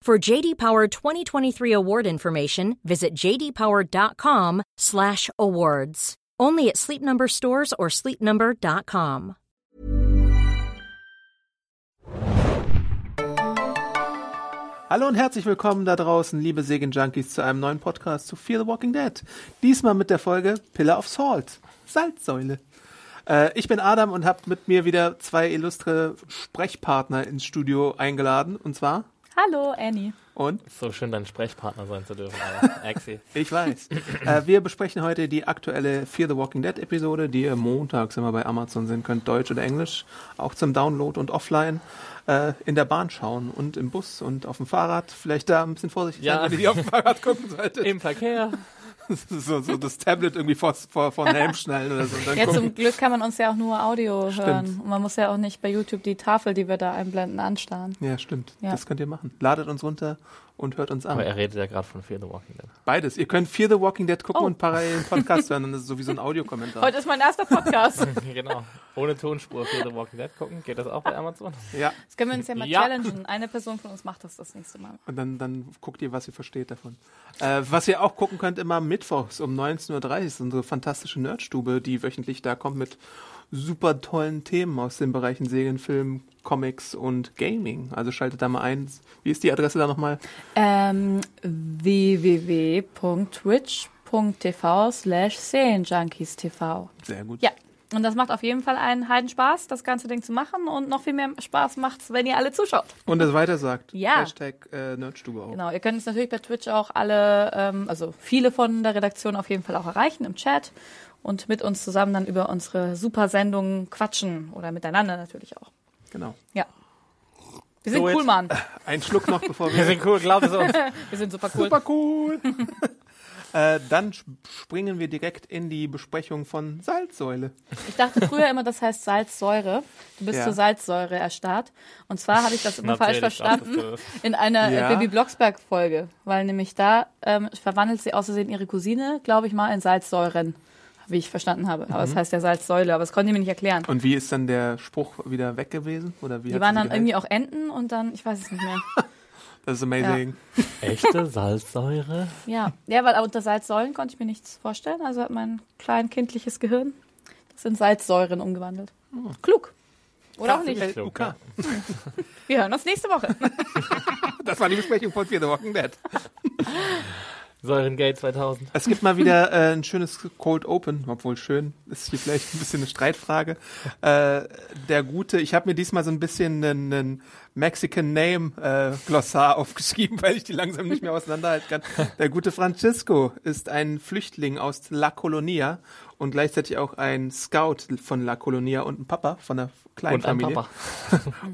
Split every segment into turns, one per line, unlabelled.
For JD Power 2023 award information, visit jdpower.com/awards. Only at Sleep Number stores or sleepnumber.com.
Hallo und herzlich willkommen da draußen, liebe Segen-Junkies, zu einem neuen Podcast zu Fear the Walking Dead. Diesmal mit der Folge Pillar of Salt, Salzsäule. Äh, ich bin Adam und habe mit mir wieder zwei illustre Sprechpartner ins Studio eingeladen. Und zwar,
Hallo, Annie.
und
So schön, dein Sprechpartner sein zu dürfen, aber Axi.
ich weiß, äh, wir besprechen heute die aktuelle Fear the Walking Dead Episode, die ihr montags immer bei Amazon sehen könnt, Deutsch oder Englisch, auch zum Download und offline. äh, In der Bahn schauen und im Bus und auf dem Fahrrad. Vielleicht da ein bisschen vorsichtig
Ja.
sein, wenn ihr die auf dem Fahrrad gucken solltet.
Im Verkehr.
so, so das Tablet irgendwie vor, vor, vor den Helm schnallen oder so. Und dann
Ja,
gucken.
zum Glück kann man uns ja auch nur Audio hören. Und man muss ja auch nicht bei YouTube die Tafel, die wir da einblenden, anstarren.
ja, stimmt.
Ja.
Das könnt ihr machen. Ladet uns runter und hört uns
Aber
an.
er redet ja gerade von Fear the Walking Dead.
Beides. Ihr könnt Fear the Walking Dead gucken
Oh.
und parallel einen Podcast hören. Und das ist sowieso ein Audiokommentar.
Heute ist mein erster Podcast.
genau. Ohne Tonspur Fear the Walking Dead gucken. Geht das auch bei Amazon?
Ja.
Das können wir uns ja mal
Ja.
challengen. Eine Person von uns macht das das nächste Mal.
Und dann, dann guckt ihr, was ihr versteht davon. Äh, was ihr auch gucken könnt, immer mittwochs um 19.30 Uhr ist unsere fantastische Nerdstube, die wöchentlich da kommt mit super tollen Themen aus den Bereichen Serien, Film, Comics und Gaming. Also schaltet da mal ein. Wie ist die Adresse da nochmal?
Ähm, www.twitch.tv slash TV.
Sehr gut.
Ja, und das macht auf jeden Fall einen Heidenspaß, das ganze Ding zu machen. Und noch viel mehr Spaß macht's, wenn ihr alle zuschaut.
Und es weiter sagt.
Ja.
Hashtag äh, Nerdstube auch.
Genau, ihr könnt uns natürlich bei Twitch auch alle, ähm, also viele von der Redaktion auf jeden Fall auch erreichen im Chat und mit uns zusammen dann über unsere super Sendungen quatschen oder miteinander natürlich auch.
Genau.
Ja. Wir sind
So,
cool,
jetzt-
Mann.
Ein Schluck noch, bevor wir.
sind cool, glaubt es uns.
Wir sind super cool.
cool. äh, dann sch- springen wir direkt in die Besprechung von Salzsäule.
Ich dachte früher immer, das heißt Salzsäure. Du bist
Ja.
zur Salzsäure erstarrt. Und zwar habe ich das immer falsch
Natürlich,
verstanden
dachtest
in einer
Ja.
äh, Bibi Blocksberg-Folge, weil nämlich da ähm, verwandelt sie außerdem ihre Cousine, glaube ich mal, in Salzsäuren, wie ich verstanden habe. Aber es
Mhm.
heißt ja Salzsäule, aber das konnte ich mir nicht erklären.
Und wie ist dann der Spruch wieder weg gewesen? Oder wie
Die waren dann irgendwie auch Enten und dann, ich weiß es nicht mehr.
Das ist amazing.
Echte Salzsäure?
ja. ja, weil unter Salzsäuren konnte ich mir nichts vorstellen. Also hat mein klein kindliches Gehirn das in Salzsäuren umgewandelt.
Hm.
Klug. Oder auch nicht.
Äh, UK.
Wir hören uns nächste Woche.
Das war die Besprechung von Fear the Walking Dead.
Säurengate 2000.
Es gibt mal wieder äh, ein schönes Cold Open, obwohl schön, ist hier vielleicht ein bisschen eine Streitfrage. Äh, der gute, ich habe mir diesmal so ein bisschen einen, einen Mexican Name äh, Glossar aufgeschrieben, weil ich die langsam nicht mehr auseinanderhalten kann. Der gute Francisco ist ein Flüchtling aus La Colonia und gleichzeitig auch ein Scout von La Colonia und ein Papa von einer kleinen
Und ein
Familie.
Papa.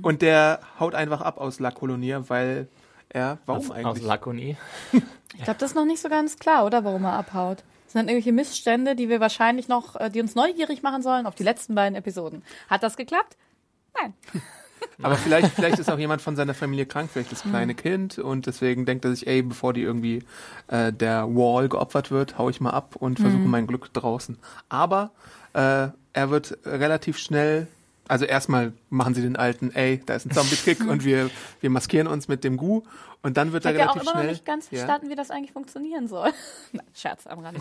Und der haut einfach ab aus La Colonia, weil er, warum
Aus, aus
eigentlich?
Lakonie.
Ich glaube, das ist noch nicht so ganz klar, oder? Warum er abhaut. Das sind irgendwelche Missstände, die wir wahrscheinlich noch, äh, die uns neugierig machen sollen auf die letzten beiden Episoden. Hat das geklappt? Nein.
Aber vielleicht, vielleicht ist auch jemand von seiner Familie krank, vielleicht das
Mhm.
kleine Kind und deswegen denkt er sich, ey, bevor die irgendwie äh, der Wall geopfert wird, hau ich mal ab und versuche
Mhm.
mein Glück draußen. Aber äh, er wird relativ schnell, also erstmal machen sie den alten, ey, da ist ein Zombie-Kick und wir, wir maskieren uns mit dem Gu und dann wird er
Ich habe ja auch
relativ
immer noch
schnell.
nicht ganz
Ja.
verstanden, wie das eigentlich funktionieren soll. Nein, Scherz am Rande.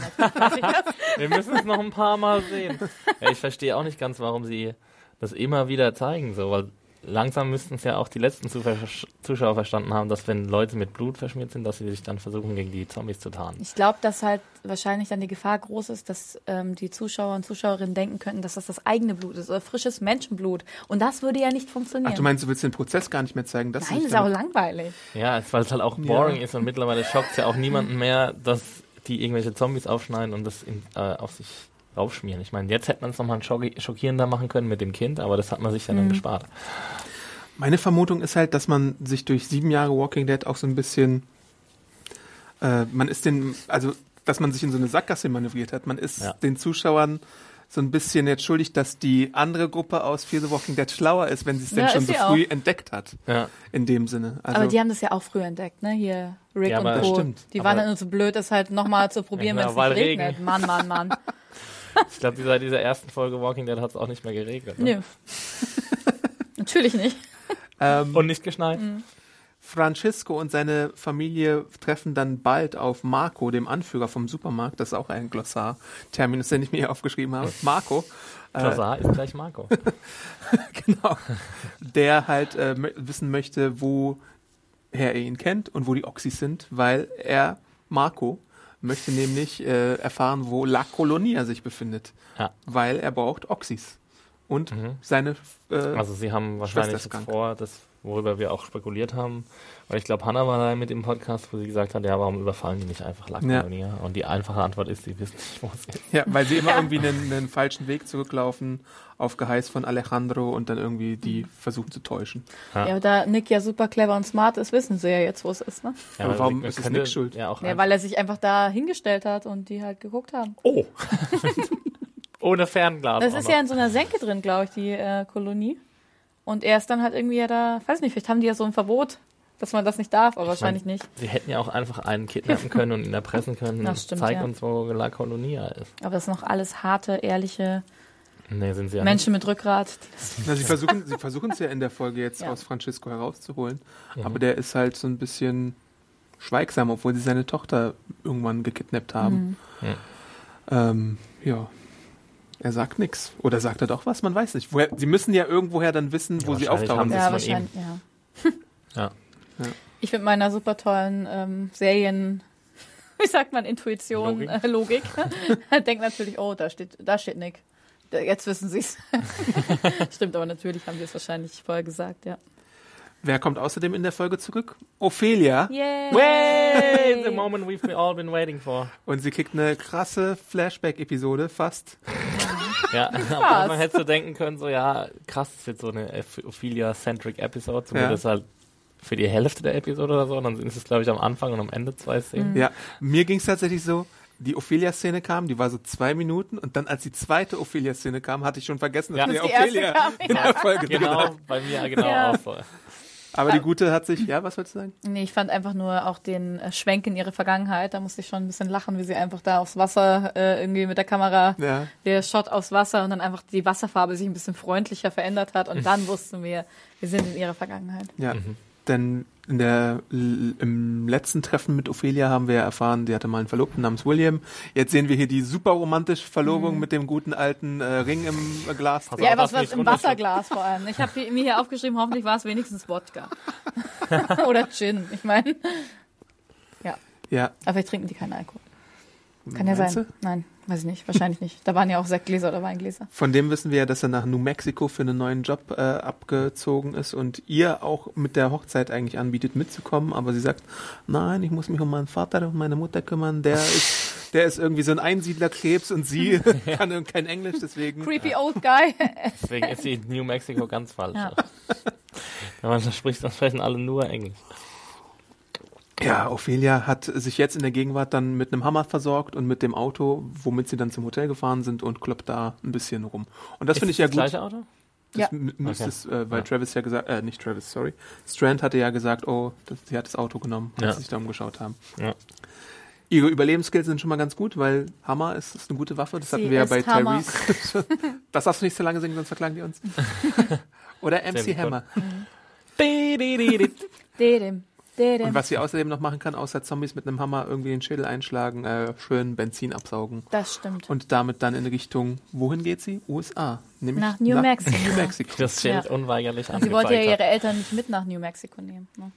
Wir müssen es noch ein paar Mal sehen. Ja, ich verstehe auch nicht ganz, warum sie das immer wieder zeigen, so, weil langsam müssten es ja auch die letzten Zuver- Zuschauer verstanden haben, dass wenn Leute mit Blut verschmiert sind, dass sie sich dann versuchen, gegen die Zombies zu tarnen.
Ich glaube, dass halt wahrscheinlich dann die Gefahr groß ist, dass ähm, die Zuschauer und Zuschauerinnen denken könnten, dass das das eigene Blut ist oder frisches Menschenblut. Und das würde ja nicht funktionieren.
Ach, du meinst, du willst den Prozess gar nicht mehr zeigen? Das
Nein,
nicht
ist auch
damit-
langweilig.
Ja, es- weil es halt auch boring ist und mittlerweile schockt es ja auch niemanden mehr, dass die irgendwelche Zombies aufschneiden und das in, äh, auf sich raufschmieren. Ich meine, jetzt hätte man es nochmal schocki- schockierender machen können mit dem Kind, aber das hat man sich ja
Mhm.
dann gespart.
Meine Vermutung ist halt, dass man sich durch sieben Jahre Walking Dead auch so ein bisschen äh, man ist den, also dass man sich in so eine Sackgasse manövriert hat. Man ist
Ja.
den Zuschauern so ein bisschen jetzt schuldig, dass die andere Gruppe aus Fear the Walking Dead schlauer ist, wenn sie es denn
Ja,
schon
ist
so
sie
früh entdeckt hat.
Ja.
In dem Sinne. Also,
aber die haben das ja auch früher entdeckt, ne? Hier Rick
Ja, aber-
und
das
Co.
stimmt.
Die waren
Aber-
dann nur so blöd, das halt nochmal zu probieren,
Ja,
wenn es
weil
nicht regnet.
Regen.
Mann, Mann, Mann.
Ich glaube, seit dieser ersten Folge Walking Dead hat es auch nicht mehr geregnet. Ne?
Nö. Natürlich nicht.
ähm,
Und nicht geschneit.
Francisco und seine Familie treffen dann bald auf Marco, dem Anführer vom Supermarkt. Das ist auch ein Glossar-Terminus, den ich mir hier aufgeschrieben habe. Marco,
Glossar Äh. ist gleich Marco.
genau, der halt äh, mö- wissen möchte, woher er ihn kennt und wo die Oxys sind, weil er, Marco, möchte nämlich äh, erfahren, wo La Colonia sich befindet,
Ja.
weil er braucht Oxys. Und
Mhm.
seine äh,
Also sie haben wahrscheinlich
ist krank.
vor, das, worüber wir auch spekuliert haben, weil ich glaube, Hannah war da mit im Podcast, wo sie gesagt hat, ja, warum überfallen die nicht einfach La
Ja.
Colonia? Und die einfache Antwort ist, sie wissen nicht, wo es ist.
Ja, weil sie immer irgendwie einen, einen falschen Weg zurücklaufen, auf Geheiß von Alejandro und dann irgendwie die versuchen zu täuschen.
Ja.
Ja, aber da Nick ja super clever und smart ist, wissen sie ja jetzt, wo es ist, ne?
Ja,
Aber
man-
warum
man
ist es
könnte
Nick schuld?
Ja, auch
Ja,
ein-
weil er sich einfach da hingestellt hat und die halt geguckt haben.
oh! Ohne Fernglas.
Das
auch
ist
noch.
ja in so einer Senke drin, glaube ich, die äh, Kolonie. Und er ist dann halt irgendwie ja da, weiß nicht, vielleicht haben die ja so ein Verbot, dass man das nicht darf, aber wahrscheinlich nicht.
Sie hätten ja auch einfach einen kidnappen können und ihn erpressen können.
Das stimmt,
Zeig
ja.
uns, wo La Colonia ist.
Aber das sind noch alles harte, ehrliche
Nee, sind sie ja
Menschen mit Rückgrat.
Na, sie versuchen sie versuchen es ja in der Folge jetzt
Ja.
aus Francisco herauszuholen,
Mhm.
aber der ist halt so ein bisschen schweigsam, obwohl sie seine Tochter irgendwann gekidnappt
Hm.
haben.
Mhm.
Ähm, ja. Er sagt nichts. Oder sagt er doch was? Man weiß nicht. Woher, sie müssen ja irgendwoher dann wissen,
Ja,
wo sie
wahrscheinlich haben
auftauchen.
sie
Ja.
es
Ja,
von ihm.
wahrscheinlich, ja.
Ja.
Ja.
Ich mit meiner super tollen ähm, Serien, wie sagt man, Intuition,
Logik.
Logik, äh, Logik denkt natürlich, oh, da steht, da steht Nick. Da- Jetzt wissen sie es. Stimmt, aber natürlich haben die es wahrscheinlich vorher gesagt, ja.
Wer kommt außerdem in der Folge zurück? Ophelia.
Yay!
Wait, the moment we've all been waiting for.
Und sie kriegt eine krasse Flashback-Episode fast.
Ja, aber man hätte so denken können, so ja, krass, das wird so eine Ophelia-centric Episode, so
Ja.
das halt für die Hälfte der Episode oder so, und dann ist es, glaube ich, am Anfang und am Ende zwei Szenen.
Ja, mir ging es tatsächlich so, die Ophelia-Szene kam, die war so zwei Minuten und dann als die zweite Ophelia-Szene kam, hatte ich schon vergessen, dass
Ja.
wir
Dass die erste
Ophelia
kam,
in der Folge drin war.
Genau, bei mir genau
Mhm. Ja.
auch so.
Aber die gute hat sich, ja, was wolltest du sagen?
Nee, ich fand einfach nur auch den äh, Schwenk in ihre Vergangenheit. Da musste ich schon ein bisschen lachen, wie sie einfach da aufs Wasser äh, irgendwie mit der Kamera,
Ja,
der Shot aufs Wasser und dann einfach die Wasserfarbe sich ein bisschen freundlicher verändert hat. Und dann wussten wir, wir sind in ihrer Vergangenheit.
ja. Denn in der, l- im letzten Treffen mit Ophelia haben wir ja erfahren, die hatte mal einen Verlobten namens William. Jetzt sehen wir hier die super romantische Verlobung mit dem guten alten äh, Ring im äh, Glas.
Pass
Mhm. Ja,
auf,
aber
dass
es war
nicht
im
runterschluckt.
Wasserglas vor allem. Ich habe mir hier aufgeschrieben, hoffentlich war es wenigstens Wodka. Oder Gin. Ich meine,
Ja,
aber vielleicht trinken die keinen Alkohol. Kann ja
meinst
sein.
du?
Nein, weiß ich nicht. Wahrscheinlich nicht. Da waren ja auch Sektgläser oder Weingläser.
Von dem wissen wir ja, dass er nach New Mexico für einen neuen Job äh, abgezogen ist und ihr auch mit der Hochzeit eigentlich anbietet, mitzukommen. Aber sie sagt, nein, ich muss mich um meinen Vater und meine Mutter kümmern. Der ist, der ist irgendwie so ein Einsiedlerkrebs und sie kann kein Englisch, deswegen.
Creepy old guy.
Deswegen ist sie in New Mexico ganz falsch.
Ja.
Wenn man das spricht, dann sprechen alle nur Englisch.
Ja, Ophelia hat sich jetzt in der Gegenwart dann mit einem Hammer versorgt und mit dem Auto, womit sie dann zum Hotel gefahren sind und kloppt da ein bisschen rum. Und das finde ich ja gut.
Das gleiche Auto?
Das
Ja.
m- müsste
Okay.
es, äh, weil
Ja.
Travis ja gesagt, äh, nicht Travis, sorry. Strand hatte ja gesagt, oh, das, sie hat das Auto genommen, als
Ja.
sie sich da umgeschaut haben.
Ja.
Ihre Überlebensskills sind schon mal ganz gut, weil Hammer ist, ist eine gute Waffe. Das
Sie
hatten wir ja
ist
bei
Hammer.
Tyrese. schon. das darfst du nicht so lange singen, sonst verklagen die uns. Oder MC
gut.
Hammer.
Didididid.
Dedem.
Und
Dedem.
was sie außerdem noch machen kann, außer Zombies mit einem Hammer irgendwie den Schädel einschlagen, äh, schön Benzin absaugen.
Das stimmt.
Und damit dann in Richtung, wohin geht sie? USA. Nämlich
Nach New Mexico.
New Mexico.
Das Schild
Ja.
unweigerlich
Sie wollte ja
angezeigt
ihre
hat.
Eltern nicht mit nach New Mexico nehmen. Ne?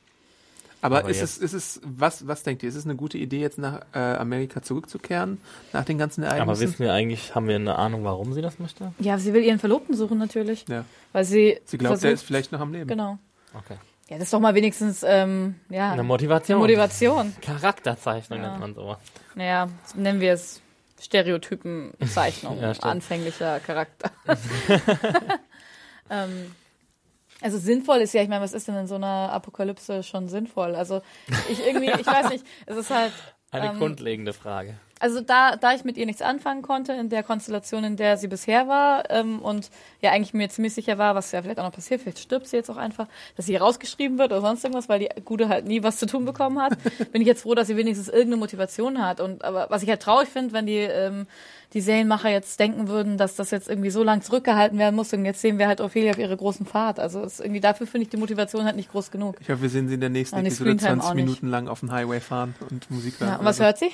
Aber,
Aber
ist
jetzt-
es, ist es, was, was denkt ihr? Ist es eine gute Idee, jetzt nach äh, Amerika zurückzukehren, nach den ganzen
Aber
Ereignissen?
wissen wir eigentlich, haben wir eine Ahnung, warum sie das möchte?
Ja, sie will ihren Verlobten suchen natürlich,
ja.
weil sie,
Sie glaubt, er ist
versucht-
vielleicht noch am Leben.
genau.
Okay.
Ja, das ist doch mal wenigstens ähm, ja,
Eine
eine
Motivation.
Motivation.
Charakterzeichnung
Ja.
nennt man sowas.
Naja, nennen wir es Stereotypenzeichnung,
Ja, stimmt.
anfänglicher Charakter. ähm, also sinnvoll ist ja, ich meine, was ist denn in so einer Apokalypse schon sinnvoll? Also ich irgendwie, ich weiß nicht, es ist halt,
Eine grundlegende Frage.
Also da, da ich mit ihr nichts anfangen konnte in der Konstellation, in der sie bisher war ähm, und ja eigentlich mir ziemlich sicher war, was ja vielleicht auch noch passiert, vielleicht stirbt sie jetzt auch einfach, dass sie rausgeschrieben wird oder sonst irgendwas, weil die Gute halt nie was zu tun bekommen hat, bin ich jetzt froh, dass sie wenigstens irgendeine Motivation hat. Und aber was ich halt traurig finde, wenn die ähm, die Serienmacher jetzt denken würden, dass das jetzt irgendwie so lang zurückgehalten werden muss und jetzt sehen wir halt Ophelia auf ihrer großen Fahrt. Also ist irgendwie dafür finde ich die Motivation halt nicht groß genug.
Ich hoffe, wir sehen sie in der nächsten
Und die
Episode
Screentime auch
20 Minuten lang auf dem Highway fahren und Musik hören.
Ja, und was hört sie?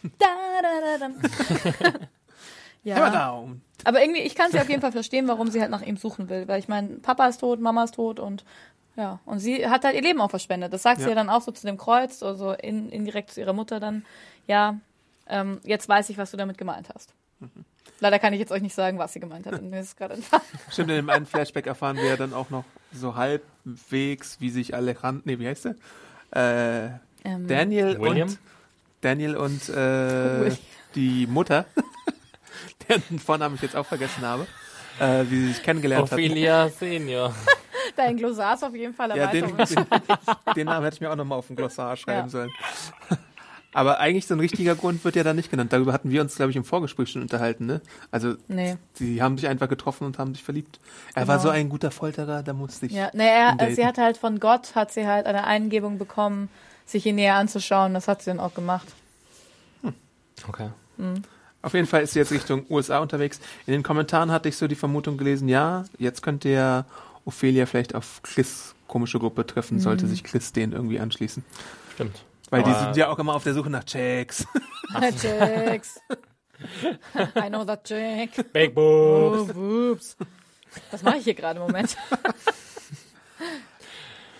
Da, da, da, da.
Hammer down.
Aber irgendwie, ich kann sie auf jeden Fall verstehen, warum sie halt nach ihm suchen will. Weil ich meine, Papa ist tot, Mama ist tot und ja. Und sie hat halt ihr Leben auch verschwendet. Das sagt sie
Ja.
ja dann auch so zu dem Kreuz, also in, indirekt zu ihrer Mutter dann. Ja, ähm, jetzt weiß ich, was du damit gemeint hast.
Mhm.
Leider kann ich jetzt euch nicht sagen, was sie gemeint hat. Mir ist es gerade entfallen.
Stimmt, in dem einen Flashback erfahren wir ja dann auch noch so halbwegs, wie sich Alejandro, nee, wie heißt der? Äh,
Ähm,
Daniel
William?
und Daniel und äh,
William.
die Mutter, deren Vornamen ich jetzt auch vergessen habe, äh, wie sie sich kennengelernt haben.
Ophelia Senior.
Dein Glossar ist auf jeden Fall
Ja, den,
erweitert.
den, den Namen hätte ich mir auch nochmal auf dem Glossar schreiben
Ja.
sollen. Aber eigentlich so ein richtiger Grund wird ja da nicht genannt. Darüber hatten wir uns, glaube ich, im Vorgespräch schon unterhalten. Ne? Also
nee.
sie haben sich einfach getroffen und haben sich verliebt. Er war so
Genau.
ein guter Folterer, da musste ich.
Ja, naja,
Daten.
sie hat halt von Gott, hat sie halt eine Eingebung bekommen, sich ihn näher anzuschauen. Das hat sie dann auch gemacht.
Okay.
Auf jeden Fall ist sie jetzt Richtung USA unterwegs. In den Kommentaren hatte ich so die Vermutung gelesen, ja, jetzt könnte ja Ophelia vielleicht auf Chris komische Gruppe treffen, sollte
Mhm.
sich Chris denen irgendwie anschließen.
Stimmt.
Weil die
Aber-
sind ja auch immer auf der Suche nach Checks.
Chicks. I know that chick.
Big Boom.
Oh, whoops. Was mache ich hier gerade im Moment?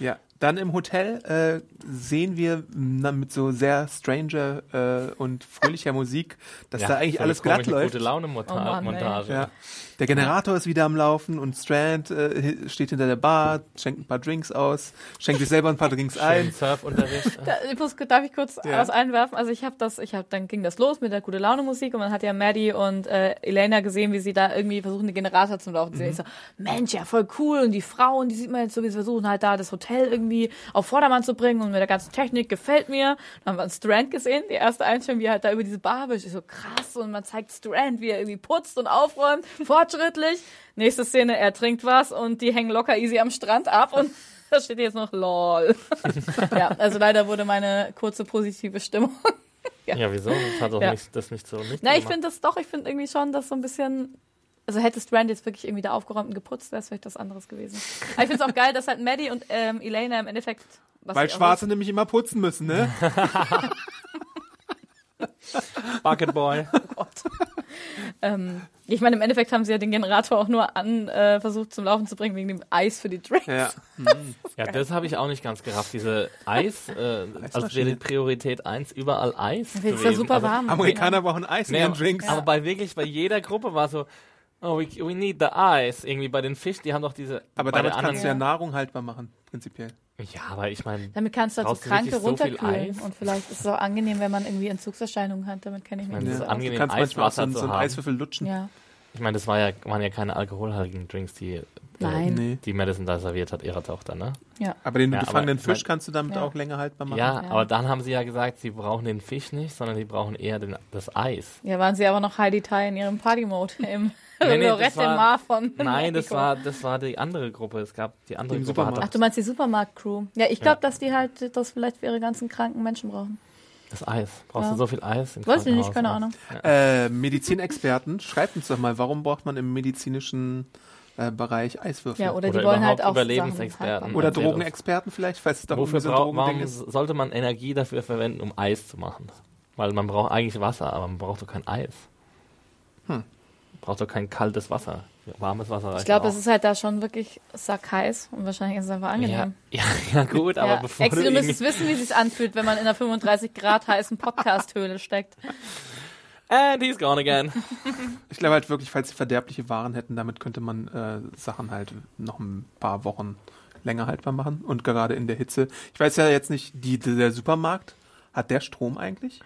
Ja, dann im Hotel äh, sehen wir hm, na, mit so sehr stranger äh, und fröhlicher Musik, dass da eigentlich alles glatt läuft.
Gute Laune
Oh Mann, ey.
Montage.
Ja. Der Generator ist wieder am Laufen und Strand äh, hi- steht hinter der Bar, schenkt ein paar Drinks aus, schenkt sich selber ein paar Drinks ein.
Schön Surfunterricht.
Da, ich muss, darf ich kurz
Ja.
was einwerfen? Also ich habe das, ich habe, dann ging das los mit der gute Laune Musik und man hat ja Maddie und äh, Elena gesehen, wie sie da irgendwie versuchen, den Generator zum Laufen zu sehen. Ich so, Mensch, ja voll cool und die Frauen, die sieht man jetzt so, wie sie versuchen halt da das Hotel irgendwie auf Vordermann zu bringen und mit der ganzen Technik gefällt mir. Dann haben wir einen Strand gesehen, die erste Einstellung, wie er halt da über diese Bar wischt. Ich so krass und man zeigt Strand, wie er irgendwie putzt und aufräumt, fortschrittlich. Nächste Szene, er trinkt was und die hängen locker easy am Strand ab und da steht jetzt noch lol. Ja, also leider wurde meine kurze positive Stimmung.
Ja, wieso? Das hat doch
Ja.
nicht, das nicht so nicht
Na, ich finde das doch, ich finde irgendwie schon, dass so ein bisschen. Also hätte Strand jetzt wirklich irgendwie da aufgeräumt und geputzt, wäre es vielleicht was anderes gewesen. Aber ich finde es auch geil, dass halt Maddie und ähm, Elena im Endeffekt. Was
Weil
sie auch
Schwarze nämlich immer putzen müssen, ne?
Bucket Boy.
Ähm, ich meine, im Endeffekt haben sie ja den Generator auch nur an äh, versucht zum Laufen zu bringen wegen dem Eis für die Drinks.
Ja.
Ja, das habe ich auch nicht ganz gerafft. Diese Eis, äh, also
Eismaschine.
die Priorität 1, überall Eis.
Weil es
gewesen.
da super
Also-
warm.
Amerikaner brauchen Eis in
Nee,
ihren
aber,
Drinks.
aber bei wirklich, bei jeder Gruppe war so, oh, we, we need the ice. Irgendwie bei den Fisch, die haben doch diese.
Aber
bei
damit
den
kannst du
anderen,
ja Nahrung haltbar machen, prinzipiell.
ja, aber ich meine,
Damit kannst du halt
Brauchst
so
du
Kranke
wirklich so viel
runterkühlen.
Eis?
Und vielleicht ist es auch angenehm, wenn man irgendwie Entzugserscheinungen hat. Damit kenne ich mich
meine,
nicht
das
so
ist
aus.
Du
angenehm,
kannst manchmal auch so,
Eiswasser
so einen
zu haben.
Eiswürfel lutschen.
Ja.
ich meine, das war ja, waren ja keine alkoholhaltigen Drinks, die, äh,
Nein.
Nee.
die Madison da serviert hat, ihrer Tochter, ne?
Aber den
Ja, aber
gefangenen
ich mein-
Fisch kannst du damit
Ja.
auch länger haltbar machen.
Ja,
Ja.
aber dann haben sie ja gesagt, sie brauchen den Fisch nicht, sondern sie brauchen eher den, das Eis.
Ja, waren sie aber noch Heidi Tai in ihrem Party-Mode im
Nee, nee, das
Lorette
war-
Mar von
Nein, das
Mexiko.
war, das war die andere Gruppe. Es gab die andere
Im
Gruppe.
Supermarkt.
Ach, du meinst die Supermarkt-Crew. Ja, ich glaube, dass die halt das vielleicht für ihre ganzen kranken Menschen brauchen.
Das Eis. Brauchst
Ja.
du so viel Eis? Im
Weiß ich nicht,
Krankenhaus?
keine
Ja.
Äh,
Ahnung.
Medizinexperten, schreibt uns doch mal, warum braucht man im medizinischen äh, Bereich Eiswürfel?
Ja, oder,
Oder
die wollen halt
überhaupt
auch
Überlebensexperten.
Sachen haltbar
Oder
Erzähl uns.
Drogenexperten vielleicht, falls es doch
Wofür
irgendwie so ein
braucht
Drogending
man,
ist.
sollte man Energie dafür verwenden, um Eis zu machen? Weil man braucht eigentlich Wasser, aber man braucht doch kein Eis.
Hm.
Man Braucht doch kein kaltes Wasser. Warmes Wasser reicht
Ich glaube,
auch.
es ist halt da schon wirklich sackheiß und wahrscheinlich ist es einfach angenehm.
Ja, ja, ja gut, aber
Ja,
bevor
Exi,
du
du
irgendwie-
müsstest wissen, wie es sich anfühlt, wenn man in einer 35 Grad heißen Podcast-Höhle steckt.
And he's gone again.
Ich glaube halt wirklich, falls sie verderbliche Waren hätten, damit könnte man äh, Sachen halt noch ein paar Wochen länger haltbar machen. Und gerade in der Hitze. Ich weiß ja jetzt nicht, die, der Supermarkt, hat der Strom eigentlich?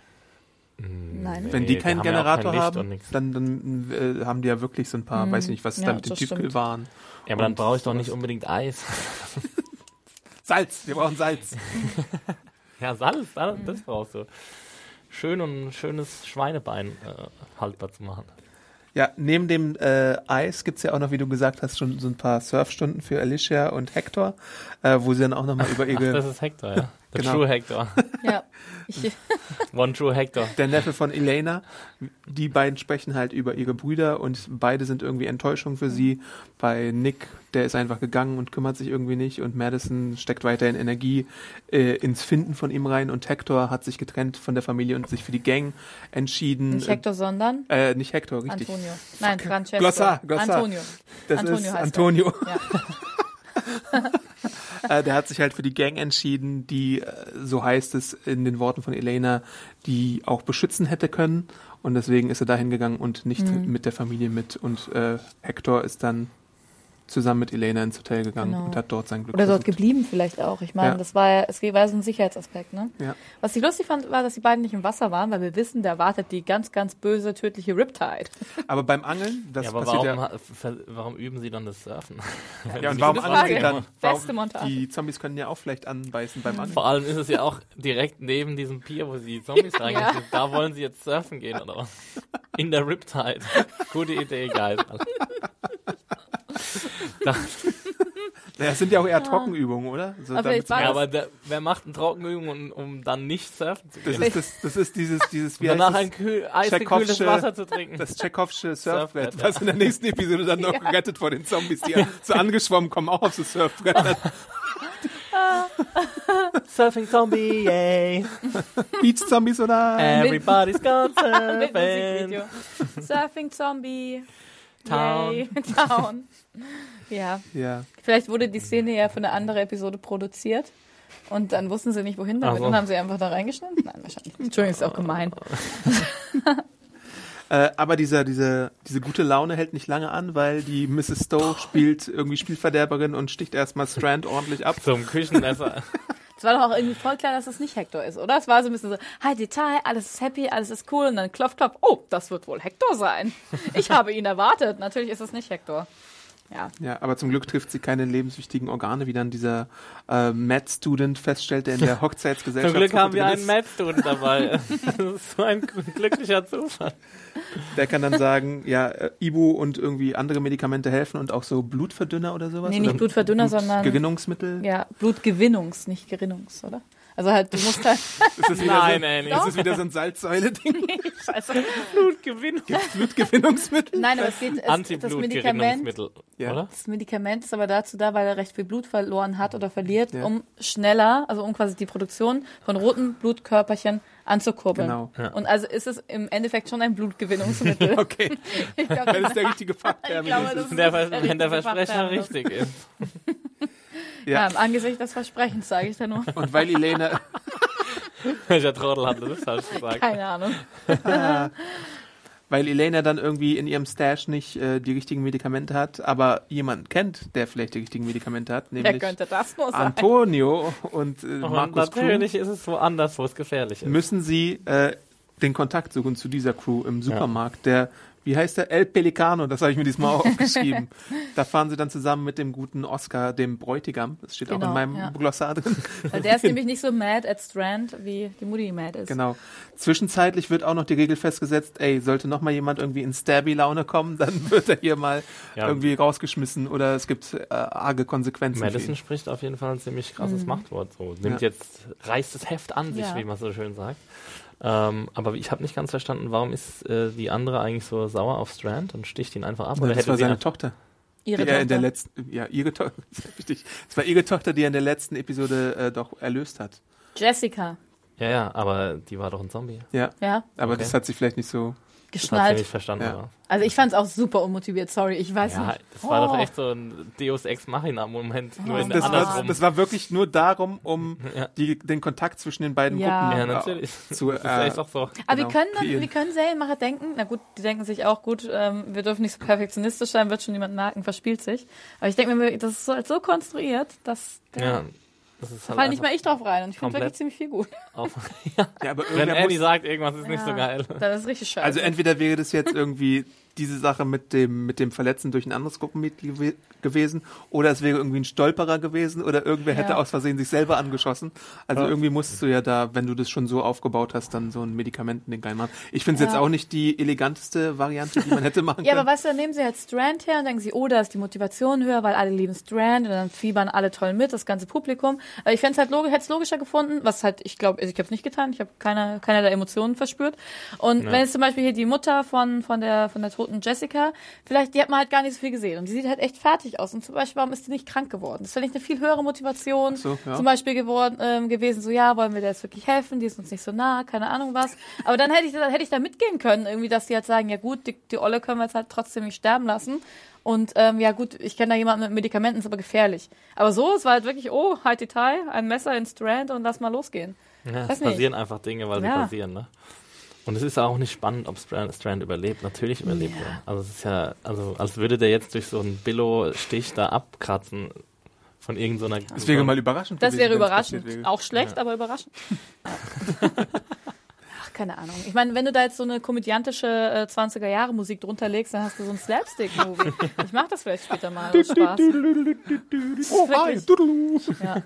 Nein.
Wenn die
Nee,
keinen
die haben ja auch
Generator
kein Licht und
haben,
nix.
dann, dann äh, haben die ja wirklich so ein paar, weiß ich nicht, was
Mhm. Ja,
da mit den
das stimmt.
Tiefkühlwaren.
Ja, aber dann
Und
brauche ich doch nicht
sowas.
unbedingt Eis.
Salz, wir brauchen Salz.
Mhm.
Ja, Salz, Salz das brauchst du. schön und ein schönes Schweinebein äh, haltbar zu machen.
Ja, neben dem äh, Eis gibt's ja auch noch, wie du gesagt hast, schon so ein paar Surfstunden für Alicia und Hector, äh, wo sie dann auch nochmal über
Ach, das
ihre,
ist Hector, ja. Der
Genau.
True Hector.
Ja. Ich,
One True Hector.
der Neffe von Elena, die beiden sprechen halt über ihre Brüder und beide sind irgendwie Enttäuschung für sie. Bei Nick, der ist einfach gegangen und kümmert sich irgendwie nicht und Madison steckt weiterhin Energie äh, ins Finden von ihm rein und Hector hat sich getrennt von der Familie und sich für die Gang entschieden.
nicht Hector, sondern
Äh, nicht Hector, richtig.
Antonio. Nein, Francesco.
Glossar, Glossar.
Antonio.
Das
Antonio
ist
heißt er.
Antonio.
Ja.
Äh, der hat sich halt für die Gang entschieden, die, äh, so heißt es in den Worten von Elena, die auch beschützen hätte können. Und deswegen ist er dahin gegangen und nicht
Mhm.
mit der Familie mit. Und äh, Hector ist dann zusammen mit Elena ins Hotel gegangen
Genau.
und hat dort sein Glück
Oder dort
versucht.
geblieben vielleicht auch. Ich meine,
Ja.
das war ja, es war so ein Sicherheitsaspekt, ne?
Ja.
Was ich lustig fand, war, dass die beiden nicht im Wasser waren, weil wir wissen, da wartet die ganz, ganz böse, tödliche Riptide.
Aber beim Angeln, das
Ja, aber
passiert
warum,
ja.
ha- ver- warum üben sie dann das Surfen?
Ja, und warum
Gute
angeln
Frage.
sie dann?
Beste
Warum,
Montage.
die Zombies können ja auch vielleicht anbeißen beim Angeln.
Vor allem ist es ja auch direkt neben diesem Pier, wo sie die Zombies reingeschickt sind. Da wollen sie jetzt surfen gehen, oder was? In der Riptide. Gute Idee, geil. Da,
Ja, Das sind ja auch eher Trockenübungen, oder? So,
Aber
damit-
ich weiß-
ja, aber der, wer macht einen Trockenübung, um, um dann nicht surfen zu
das,
gehen?
ist, das, das ist dieses, dieses
Und
heißt
danach
das?
ein kühl, eisgekühltes
Tschaikowsche-
Wasser zu trinken.
Das Tschechowische
Surfbrett,
Surfbrett, was in der nächsten Episode dann noch gerettet vor den Zombies, die so angeschwommen kommen, auch auf das Surfbrett.
Ah,
Surfing Zombie, yay!
Beach-Zombies oder?
Ähm. Everybody's gone
Mit
surfing!
Musikvideo. Surfing Zombie.
Town.
Yay. Town. Ja.
Ja.
Vielleicht wurde die Szene ja für eine andere Episode produziert. Und dann wussten sie nicht, wohin damit.
Ach so.
Und haben sie einfach da reingeschnitten? Nein, wahrscheinlich. nicht. Entschuldigung, ist auch gemein.
Äh, aber dieser, diese, diese gute Laune hält nicht lange an, weil die Mrs. Stowe spielt irgendwie Spielverderberin und sticht erstmal Strand ordentlich ab.
Zum Küchenmesser.
Es war doch auch irgendwie voll klar, dass es nicht Hector ist, oder? Es war so ein bisschen so, hi Detail, alles ist happy, alles ist cool. Und dann klopf, klopf, oh, das wird wohl Hector sein. Ich habe ihn erwartet. Natürlich ist es nicht Hector. Ja.
Ja, aber zum Glück trifft sie keine lebenswichtigen Organe, wie dann dieser äh, Mad-Student feststellt, der in der
Zum
Hochzeitsgesellschaft
Glück haben wir
drin
einen
ist.
Mad-Student dabei. Das ist so ein glücklicher Zufall.
Der kann dann sagen, ja, äh, Ibu und irgendwie andere Medikamente helfen und auch so Blutverdünner oder sowas.
Nee, nicht
oder
Blutverdünner, sondern
Gerinnungsmittel.
ja, Blutgewinnungs, nicht Gerinnungs, oder? Also halt, du musst halt.
Ist das wieder
Nein,
so,
ey, nicht.
Ist das wieder so ein Salzsäule-Ding?
Scheiße.
Blutgewinn.
Blutgewinnungsmittel?
Nein, aber es geht es, das Medikament.
Antiblutgerinnungsmittel,
Ja.
oder?
Das Medikament ist aber dazu da, weil er recht viel Blut verloren hat oder verliert,
Ja.
um schneller, also um quasi die Produktion von roten Blutkörperchen anzukurbeln.
Genau.
Ja.
Und also ist es im Endeffekt schon ein Blutgewinnungsmittel.
Okay,
Ich glaub,
das ist der richtige
ich
Fachterminus.
glaube, das
Wenn
ist der
der, Vers- wenn
richtige
der Versprecher
Fachterminus.
richtig ist.
Ja,
Ja.
im Angesicht des Versprechens sage ich da nur.
Und weil Elena,
Welcher Trottel hat das falsch gesagt?
Keine Ahnung.
weil Elena dann irgendwie in ihrem Stash nicht äh, die richtigen Medikamente hat, aber jemanden kennt, der vielleicht die richtigen Medikamente hat,
Wer
nämlich
könnte das nur sein? Oh,
Antonio und äh,
Und
Markus Crew,
natürlich ist es woanders, wo es gefährlich ist.
müssen sie äh, den Kontakt suchen zu dieser Crew im Supermarkt, der wie heißt der? El Pelicano, das habe ich mir diesmal auch aufgeschrieben. da fahren sie dann zusammen mit dem guten Oscar, dem Bräutigam. Das steht auch
Genau,
in meinem
ja.
Glossar drin.
Weil der ist nämlich nicht so mad at Strand, wie die Mutti mad ist.
Genau. Zwischenzeitlich wird auch noch die Regel festgesetzt, ey, sollte noch mal jemand irgendwie in Stabby-Laune kommen, dann wird er hier mal
Ja.
irgendwie rausgeschmissen oder es gibt äh, arge Konsequenzen. für
Madison
ihn.
spricht auf jeden Fall ein ziemlich krasses Machtwort. So. Nimmt
Ja.
jetzt, reißt das Heft an sich,
Mhm. Ja.
wie man so schön sagt. Ähm, aber ich habe nicht ganz verstanden, warum ist äh, die andere eigentlich so sauer auf Strand und sticht ihn einfach ab?
Ja,
oder
das
hätte
war
sie halt
seine
einfach-
Tochter.
Ihre
die er in der
Tochter.
letzten, ja, ihre Tochter, richtig. Es war ihre Tochter, die er in der letzten Episode äh, doch erlöst hat.
Jessica,
Ja, ja, aber die war doch ein Zombie.
Ja,
ja,
aber
Okay.
das hat sie vielleicht nicht so.
Das hat sie
geschnallt.
nicht verstanden.
Ja.
oder?
Also ich fand's auch super unmotiviert, sorry, ich weiß
Ja,
nicht.
das war
Oh.
doch echt so ein Deus Ex Machina Moment. Nur in
Das war,
andersrum.
das war wirklich nur darum, um die, den Kontakt zwischen den beiden
Ja.
Gruppen
ja,
äh,
natürlich.
zu
das ist echt
äh,
auch so.
Aber
genau,
wir können dann,
kreieren.
wir können Serienmacher denken, na gut, die denken sich auch gut, ähm, wir dürfen nicht so perfektionistisch sein, wird schon jemand merken, verspielt sich. Aber ich denke mir, das ist halt so konstruiert, dass
Ja. Das ist
da
halt
fall nicht
einfach
mal ich drauf rein. Und ich finde wirklich
komplett.
ziemlich viel gut.
auf.
Ja, aber
Wenn
irgendwer
Annie
muss,
sagt, irgendwas ist nicht so
Ja,
geil.
Das ist richtig scheiße.
also entweder wäre Also das jetzt irgendwie diese Sache mit dem, mit dem Verletzen durch ein anderes Gruppenmitglied gew- gewesen oder es wäre irgendwie ein Stolperer gewesen oder irgendwer hätte
Ja.
aus Versehen sich selber angeschossen. Also
Ja.
irgendwie musst du ja da, wenn du das schon so aufgebaut hast, dann so ein Medikament in den Geil machen. Ich finde es jetzt
Ja.
auch nicht die eleganteste Variante, die man hätte machen
Ja,
können.
aber weißt du, dann nehmen sie halt Strand her und denken sie, oh, da ist die Motivation höher, weil alle lieben Strand und dann fiebern alle toll mit, das ganze Publikum. Aber ich fänd's halt logisch, hätte es logischer gefunden, was halt, ich glaube, ich habe es nicht getan, ich habe keine, keine der Emotionen verspürt. Und wenn es zum Beispiel hier die Mutter von, von, der, von der toten Jessica, vielleicht, die hat man halt gar nicht so viel gesehen und die sieht halt echt fertig aus. Und zum Beispiel, warum ist die nicht krank geworden? Das wäre nicht eine viel höhere Motivation
Ach so, ja.
zum Beispiel geworden, ähm, gewesen, so, ja, wollen wir der jetzt wirklich helfen, die ist uns nicht so nah, keine Ahnung was. Aber dann hätte ich, dann hätte ich da mitgehen können, irgendwie, dass die halt sagen, ja gut, die, die Olle können wir jetzt halt trotzdem nicht sterben lassen. Und ähm, ja gut, ich kenne da jemanden mit Medikamenten, ist aber gefährlich. Aber so, es war halt wirklich, oh, halt die Thai, ein Messer in Strand und lass mal losgehen.
Ja,
Weiß
es
nicht.
passieren einfach Dinge, weil
Ja.
sie passieren, ne? Und es ist auch nicht spannend, ob Strand, Strand überlebt. Natürlich überlebt er. Also es ist ja, also als würde der jetzt durch so einen Billo-Stich da abkratzen von irgendeiner. So
Das wäre mal überraschend.
Das
gewesen,
wäre
wenn es passiert
überraschend.
wäre.
Auch schlecht, aber überraschend. Ach, keine Ahnung. Ich meine, wenn du da jetzt so eine komödiantische äh, 20er-Jahre-Musik drunter legst, dann hast du so einen Slapstick-Movie. Ich mach das vielleicht später mal. aus Spaß.
Oh, hi.
Wirklich.
Dudelulu.
Ja.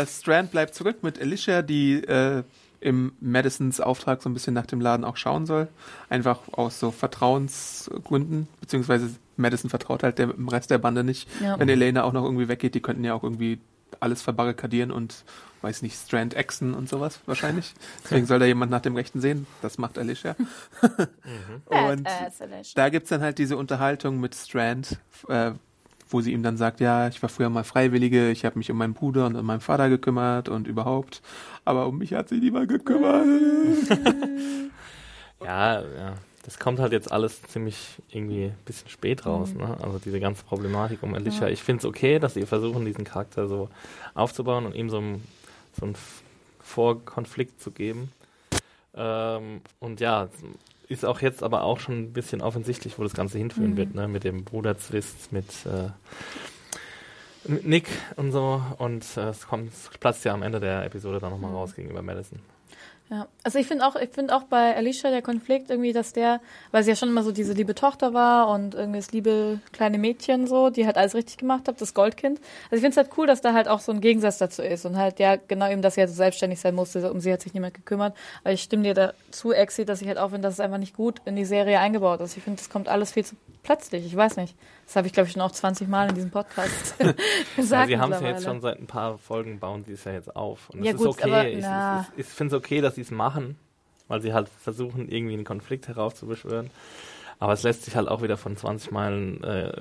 Äh, Strand bleibt zurück mit Alicia, die äh, im Madisons Auftrag so ein bisschen nach dem Laden auch schauen soll. Einfach aus so Vertrauensgründen, beziehungsweise Madison vertraut halt dem dem Rest der Bande nicht.
Ja.
Wenn Elena auch noch irgendwie weggeht, die könnten ja auch irgendwie alles verbarrikadieren und, weiß nicht, Strand exen und sowas wahrscheinlich. Deswegen soll da jemand nach dem Rechten sehen. Das macht Alicia. und
Badass Edition.
da gibt's dann halt diese Unterhaltung mit Strand, äh, wo sie ihm dann sagt, ja, ich war früher mal Freiwillige, ich habe mich um meinen Bruder und um meinen Vater gekümmert und überhaupt, aber um mich hat sie niemand gekümmert.
Ja, ja. Das kommt halt jetzt alles ziemlich irgendwie ein bisschen spät raus, ne? Also diese ganze Problematik um Alicia. Ich finde es okay, dass sie versuchen, diesen Charakter so aufzubauen und ihm so, ein, so einen F- Vorkonflikt zu geben. Ähm, und ja, ist auch jetzt aber auch schon ein bisschen offensichtlich, wo das Ganze hinführen wird, ne? Mit dem Bruderzwist, mit, äh, mit Nick und so. Und äh, es kommt, es platzt ja am Ende der Episode dann nochmal raus gegenüber Madison.
Ja. Also ich finde auch, ich finde auch bei Alicia der Konflikt irgendwie, dass der, weil sie ja schon immer so diese liebe Tochter war und irgendwie das liebe kleine Mädchen so, die halt alles richtig gemacht hat, das Goldkind. Also ich finde es halt cool, dass da halt auch so ein Gegensatz dazu ist und halt ja genau eben, dass sie halt so selbstständig sein musste, um sie hat sich niemand gekümmert. Aber ich stimme dir dazu, Exi, dass ich halt auch finde, dass es einfach nicht gut in die Serie eingebaut ist. Ich finde, das kommt alles viel zu plötzlich. Ich weiß nicht. Das habe ich glaube ich schon auch 20 Mal in diesem Podcast
Ja,
gesagt.
sie haben es ja
mittlerweile.
jetzt schon seit ein paar Folgen, bauen sie es ja jetzt auf. Und
Ja,
es
gut,
ist okay.
aber,
ich
na.
ich, ich finde es okay, dass sie es machen, weil sie halt versuchen, irgendwie einen Konflikt heraufzubeschwören. Aber es lässt sich halt auch wieder von 20 Meilen äh,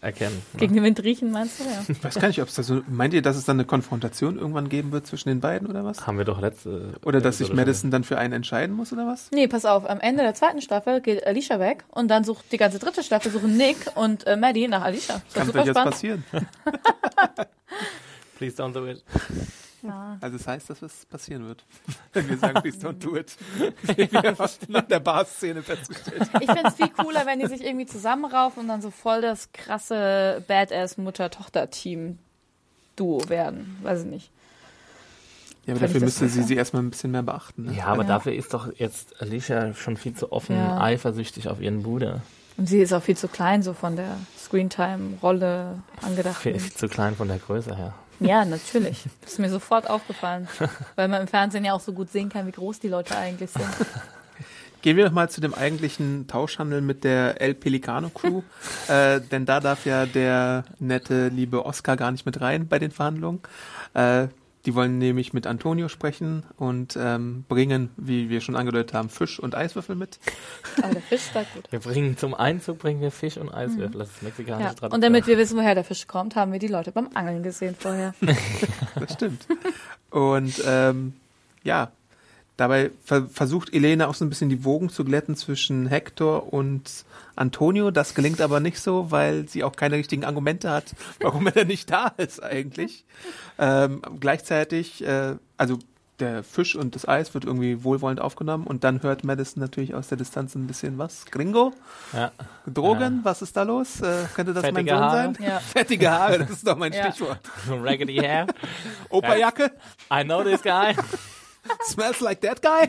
erkennen.
Gegen den Wind riechen, meinst du? Ja.
Ich weiß gar nicht, ob es da so, meint ihr, dass es dann eine Konfrontation irgendwann geben wird zwischen den beiden oder was?
Haben wir doch letzte.
Oder dass sich
Episode
Madison dann für einen entscheiden muss oder was?
Nee, pass auf, am Ende der zweiten Staffel geht Alicia weg und dann sucht die ganze dritte Staffel, suchen Nick und äh, Maddie nach Alicia. Das ist
Kann
super
doch jetzt
spannend.
passieren.
schon- Please don't do it.
Also es heißt, dass es passieren wird. Wenn wir sagen, please don't do it. Wie wir nach der Bar-Szene festgestellt haben.
Ich find's viel cooler, wenn die sich irgendwie zusammenraufen und dann so voll das krasse Badass-Mutter-Tochter-Team-Duo werden. Weiß ich nicht.
Ja, aber
Kann ich
dafür
das
müsste sie
besser?
sie erstmal ein bisschen mehr beachten. Ne?
Ja, aber
Ja.
dafür ist doch jetzt Alicia schon viel zu offen
Ja.
eifersüchtig auf ihren Bruder.
Und sie ist auch viel zu klein, so von der Screentime-Rolle angedacht.
Viel, viel zu klein von der Größe her.
Ja, natürlich. Ist mir sofort aufgefallen. Weil man im Fernsehen ja auch so gut sehen kann, wie groß die Leute eigentlich sind.
Gehen wir nochmal zu dem eigentlichen Tauschhandel mit der El Pelicano Crew, äh, denn da darf ja der nette, liebe Oscar gar nicht mit rein bei den Verhandlungen. Äh, die wollen nämlich mit Antonio sprechen und ähm, bringen, wie wir schon angedeutet haben, Fisch und Eiswürfel mit.
Aber der Fisch sagt gut.
Wir bringen zum Einzug bringen wir Fisch und Eiswürfel. Das ist mexikanische
Mhm. Ja.
Tradition.
Und damit wir wissen, woher der Fisch kommt, haben wir die Leute beim Angeln gesehen vorher.
Das stimmt. Und ähm, ja, dabei ver versucht Elena auch so ein bisschen die Wogen zu glätten zwischen Hector und Antonio. Das gelingt aber nicht so, weil sie auch keine richtigen Argumente hat, warum er denn nicht da ist eigentlich. Ähm, gleichzeitig, äh, also der Fisch und das Eis wird irgendwie wohlwollend aufgenommen und dann hört Madison natürlich aus der Distanz ein bisschen was. Gringo?
ja.
Drogen? Was ist da los? Äh, könnte das mein
Fettige
Sohn
Haare?
sein?
Ja.
Fettige Haare, das ist doch mein
Ja.
Stichwort.
Raggedy hair.
Operjacke?
I know this guy.
Smells like that guy?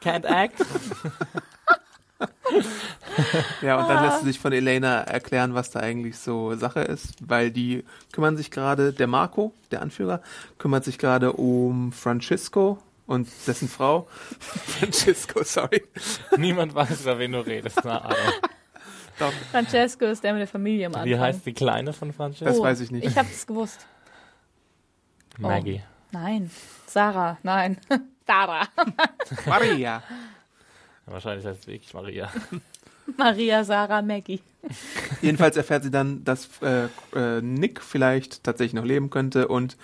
Can't act.
Ja, und dann lässt sie sich von Elena erklären, was da eigentlich so Sache ist, weil die kümmern sich gerade, der Marco, der Anführer, kümmert sich gerade um Francisco und dessen Frau. Francisco, sorry.
Niemand weiß, über wen du redest. Na, Ahnung.
Doch,
Francesco ist der mit der Familie am Anfang. Oh,
Wie heißt die Kleine von Francesco?
Das weiß ich nicht.
Ich habe es gewusst.
Oh. Maggie.
Nein. Sarah, nein. Sarah.
Maria.
Wahrscheinlich heißt sie wirklich Maria.
Maria, Sarah, Maggie.
Jedenfalls erfährt sie dann, dass äh, äh, Nick vielleicht tatsächlich noch leben könnte und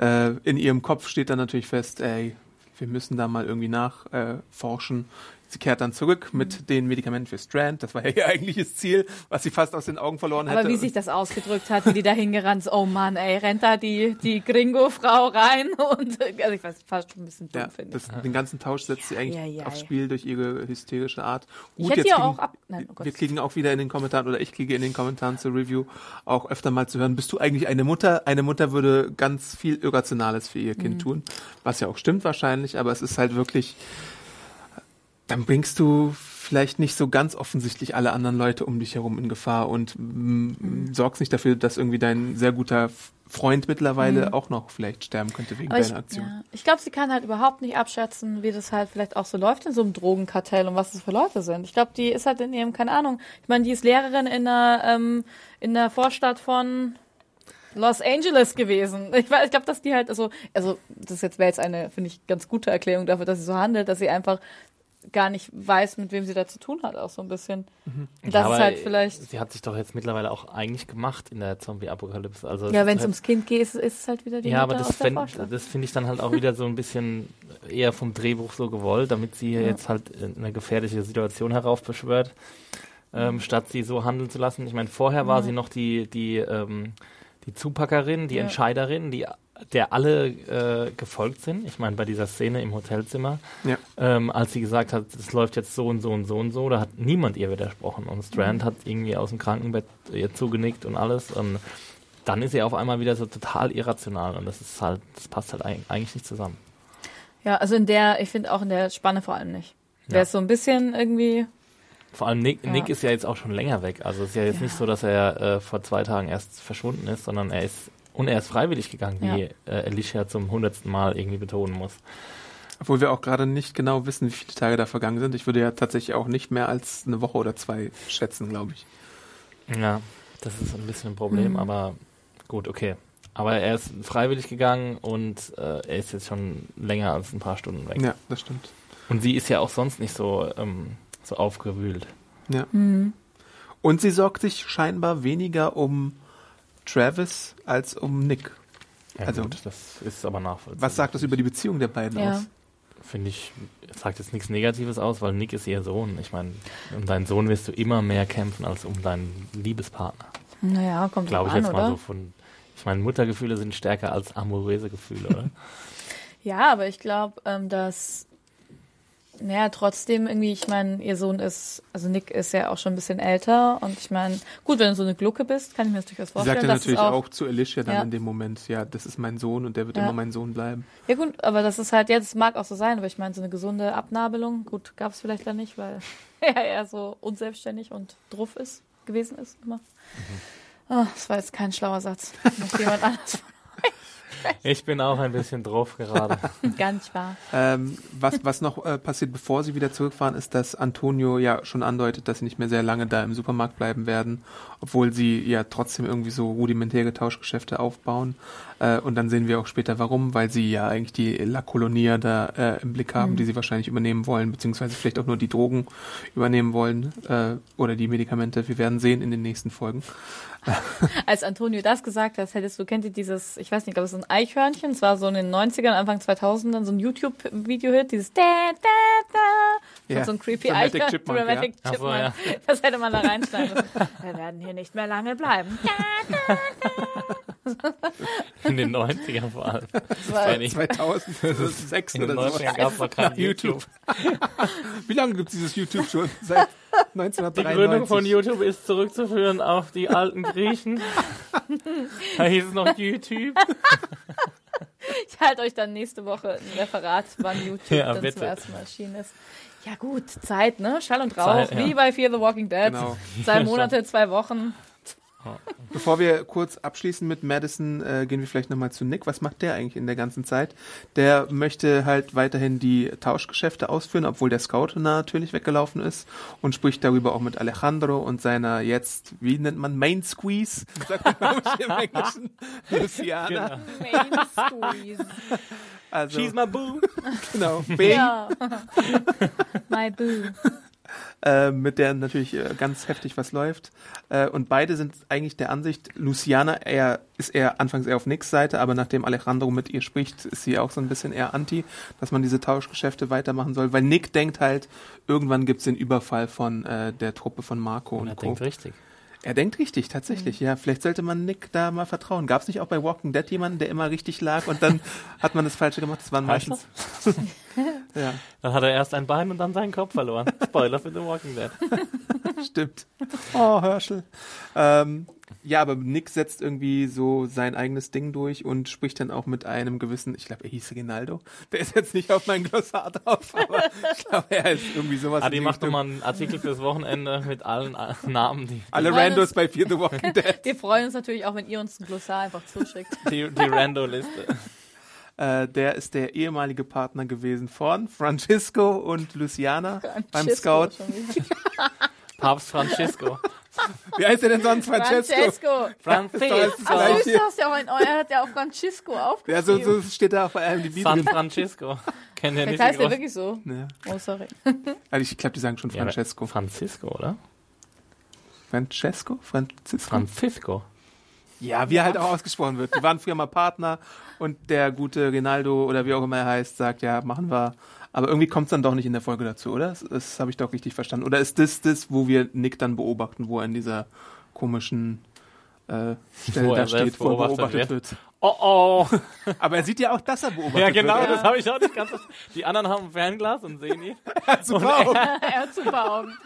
äh, in ihrem Kopf steht dann natürlich fest, ey, wir müssen da mal irgendwie nachforschen. Äh, forschen. sie kehrt dann zurück mit
Mhm.
den Medikamenten für Strand, das war ja ihr eigentliches Ziel, was sie fast aus den Augen verloren hätte.
Aber wie
Und
sich das ausgedrückt hat, wie die da hingerannt ist. Oh Mann, ey, rennt da die, die Gringo-Frau rein und, also ich weiß, fast schon ein bisschen dumm,
ja,
finde ich.
das, den ganzen Tausch setzt sie eigentlich
ja, ja,
aufs
ja.
Spiel durch ihre hysterische Art. Gut,
Ich hätte ja
kriegen-
auch ab, nein, oh Gott.
wir kriegen auch wieder in den Kommentaren oder ich kriege in den Kommentaren zur Review auch öfter mal zu hören, bist du eigentlich eine Mutter? Eine Mutter würde ganz viel Irrationales für ihr
Mhm.
Kind tun, was ja auch stimmt wahrscheinlich, aber es ist halt wirklich, dann bringst du vielleicht nicht so ganz offensichtlich alle anderen Leute um dich herum in Gefahr und mm,
Mhm.
sorgst nicht dafür, dass irgendwie dein sehr guter Freund mittlerweile auch noch vielleicht sterben könnte wegen
Mhm. Aber ich,
deiner Aktion.
ja. ich glaube, sie kann halt überhaupt nicht abschätzen, wie das halt vielleicht auch so läuft in so einem Drogenkartell und was das für Leute sind. Ich glaube, die ist halt in ihrem, keine Ahnung. Ich meine, die ist Lehrerin in einer, ähm, in einer Vorstadt von Los Angeles gewesen. Ich, weiß- ich glaube, dass die halt, also, also das ist jetzt wäre jetzt eine, finde ich, ganz gute Erklärung dafür, dass sie so handelt, dass sie einfach gar nicht weiß, mit wem sie da zu tun hat, auch so ein bisschen. Und Das
Mhm. Aber
ist halt vielleicht.
Sie hat sich doch jetzt mittlerweile auch eigentlich gemacht in der Zombie-Apokalypse. Also
Ja,
es
wenn
ist
es ums Kind geht, ist, ist es halt wieder die
Ja, aber
Mutter aus
das,
der
wenn-
Vorstadt.
das finde ich dann halt auch wieder so ein bisschen eher vom Drehbuch so gewollt, damit sie jetzt halt in eine gefährliche Situation heraufbeschwört,
Mhm.
ähm, statt sie so handeln zu lassen. Ich meine, vorher war sie noch die, die, ähm, die Zupackerin, die
Ja.
Entscheiderin, die der alle äh, gefolgt sind. Ich meine, bei dieser Szene im Hotelzimmer,
Ja.
ähm, als sie gesagt hat, es läuft jetzt so und so und so und so, da hat niemand ihr widersprochen. Und Strand
Mhm.
hat irgendwie aus dem Krankenbett ihr zugenickt und alles. Und dann ist er auf einmal wieder so total irrational und das ist halt, das passt halt eig- eigentlich nicht zusammen.
Ja, also in der, ich finde auch in der Spanne vor allem nicht. Der
Ja.
ist so ein bisschen irgendwie.
Vor allem Nick,
Ja.
Nick ist ja jetzt auch schon länger weg. Also es ist ja jetzt
Ja.
nicht so, dass er äh, vor zwei Tagen erst verschwunden ist, sondern er ist und er ist freiwillig gegangen, wie
Ja.
äh, Alicia zum hundertsten Mal irgendwie betonen muss.
Obwohl wir auch gerade nicht genau wissen, wie viele Tage da vergangen sind. Ich würde ja tatsächlich auch nicht mehr als eine Woche oder zwei schätzen, glaube ich.
Ja, das ist ein bisschen ein Problem,
Mhm.
aber gut, okay. Aber er ist freiwillig gegangen und äh, er ist jetzt schon länger als ein paar Stunden weg.
Ja, das stimmt.
Und sie ist ja auch sonst nicht so, ähm, so aufgewühlt.
hm,
Und sie sorgt sich scheinbar weniger um Travis als um Nick.
Ja,
Also-
gut, das ist aber nachvollziehbar.
Was sagt das über die Beziehung der beiden
Ja.
aus?
Finde ich, sagt jetzt nichts Negatives aus, weil Nick ist ihr Sohn. Ich meine, um deinen Sohn wirst du immer mehr kämpfen als um deinen Liebespartner.
Naja, kommt drauf
Glaube ich
an,
jetzt
oder?
mal so von. Ich meine, Muttergefühle sind stärker als amoröse Gefühle, oder?
Ja, aber ich glaube, ähm, dass. Naja, trotzdem irgendwie, ich meine, ihr Sohn ist, also Nick ist ja auch schon ein bisschen älter und ich meine, gut, wenn du so eine Glucke bist, kann ich mir das durchaus
Sie
vorstellen.
sagt ja
dass es
natürlich auch, zu Alicia dann
Ja.
in dem Moment, ja, das ist mein Sohn und der wird
Ja.
immer mein Sohn bleiben.
Ja gut, aber das ist halt, jetzt mag auch so sein, aber ich meine, so eine gesunde Abnabelung, gut, gab es vielleicht da nicht, weil er eher so unselbstständig und druff ist, gewesen ist immer.
Mhm.
Ah, das war jetzt kein schlauer Satz. Muss jemand anders
Ich bin auch ein bisschen drauf gerade.
Gar nicht wahr.
Ähm, was, was noch äh, passiert, bevor sie wieder zurückfahren, ist, dass Antonio ja schon andeutet, dass sie nicht mehr sehr lange da im Supermarkt bleiben werden, obwohl sie ja trotzdem irgendwie so rudimentäre Tauschgeschäfte aufbauen. Äh, und dann sehen wir auch später warum, weil sie ja eigentlich die La Colonia da äh, im Blick haben, die sie wahrscheinlich übernehmen wollen, beziehungsweise vielleicht auch nur die Drogen übernehmen wollen äh, oder die Medikamente. Wir werden sehen in den nächsten Folgen.
Als Antonio das gesagt hat, hättest du, kennt ihr dieses, ich weiß nicht, glaube, es ist ein Eichhörnchen. Es war so in den 90ern, Anfang 2000ern so ein YouTube-Video-Hit, dieses da, da, da.
Ja.
Und so ein creepy
Dramatic
Eichhörnchen.
Chipmunk, ja.
Dramatic
Ach so,
Chipmunk.
ja.
Das hätte man da reinschneiden müssen. Wir werden hier nicht mehr lange bleiben. Da, da,
In den 90ern vor allem. Das
war-
war nicht.
2006
In den
oder so.
90ern gab es noch kein
YouTube.
YouTube.
Wie lange gibt es dieses YouTube schon? Seit
Die Gründung von
1993.
YouTube ist zurückzuführen auf die alten Griechen. da hieß es noch YouTube.
Ich halte euch dann nächste Woche ein Referat, wann YouTube
Ja,
dann
bitte.
zum ersten Mal erschienen ist. Ja gut, Zeit, ne? Schall und Rauch,
Zeit, ja.
wie bei Fear the Walking Dead.
Genau.
Zwei Monate, zwei Wochen.
Bevor wir kurz abschließen mit Madison, äh, gehen wir vielleicht nochmal zu Nick. Was macht der eigentlich in der ganzen Zeit? Der möchte halt weiterhin die Tauschgeschäfte ausführen, obwohl der Scout natürlich weggelaufen ist und spricht darüber auch mit Alejandro und seiner jetzt, wie nennt man, Main Squeeze, sagt man glaube ich im Englischen, Luciana.
Main Squeeze.
Also,
She's my boo.
genau, Bing.
Ja. My Boo.
äh, mit der natürlich äh, ganz heftig was läuft. Äh, und beide sind eigentlich der Ansicht, Luciana eher, ist eher anfangs eher auf Nicks Seite, aber nachdem Alejandro mit ihr spricht, ist sie auch so ein bisschen eher anti, dass man diese Tauschgeschäfte weitermachen soll, weil Nick denkt halt, irgendwann gibt's den Überfall von äh, der Truppe von Marco und
Er
Co.
denkt Mhm. richtig.
Er denkt richtig, tatsächlich, ja. Vielleicht sollte man Nick da mal vertrauen. Gab's nicht auch bei Walking Dead jemanden, der immer richtig lag und dann hat man das Falsche gemacht? Das waren
Heißt
meistens. ja,
Dann hat er erst ein Bein und dann seinen Kopf verloren. Spoiler für The Walking Dead.
Stimmt. Oh, Herschel. Ähm, ja, aber Nick setzt irgendwie so sein eigenes Ding durch und spricht dann auch mit einem gewissen, ich glaube, er hieß Rinaldo. Der ist jetzt nicht auf mein Glossar drauf, aber ich glaube, er ist irgendwie sowas.
Adi
in die
macht
Richtung.
nochmal einen Artikel fürs Wochenende mit allen äh, Namen, die,
Alle
Freunde-
Randos bei Fear the Walking Dead.
Wir freuen uns natürlich auch, wenn ihr uns ein Glossar einfach zuschickt.
die, die Rando-Liste.
Äh, der ist der ehemalige Partner gewesen von Francisco und Luciana beim
Francisco
Scout.
schon wieder.
Papst Francisco.
Wie heißt der denn sonst Francesco?
Francesco.
Ach,
Francisco.
Ach,
Gleich
süß,
hier.
du hast ja auch in euer, hat ja auch Francisco
Ja,
aufgeschrieben.
so, so steht da auf einem die
San Francisco. Kennt ihr
Vielleicht
nicht?
heißt
die
der
großen-
wirklich so.
Ja.
Oh, sorry.
Also ich glaube, die sagen schon
Ja, aber
Francesco.
Francisco, oder?
Francesco? Francisco?
Francisco.
Ja, wie er halt auch ausgesprochen wird. Die waren früher mal Partner und der gute Rinaldo oder wie auch immer er heißt, sagt, ja, machen wir. Aber irgendwie kommt's dann doch nicht in der Folge dazu, oder? Das, das habe ich doch richtig verstanden. Oder ist das das, wo wir Nick dann beobachten, wo er in dieser komischen äh, Stelle
Wo er
da
selbst
steht, wo er
beobachtet
beobachtet wird.
Oh oh.
Aber er sieht ja auch, dass er beobachtet
Ja, genau,
wird.
das habe ich auch nicht ganz verstanden. Die anderen haben ein Fernglas und sehen ihn.
Ja, genau.
Er hat super Augen.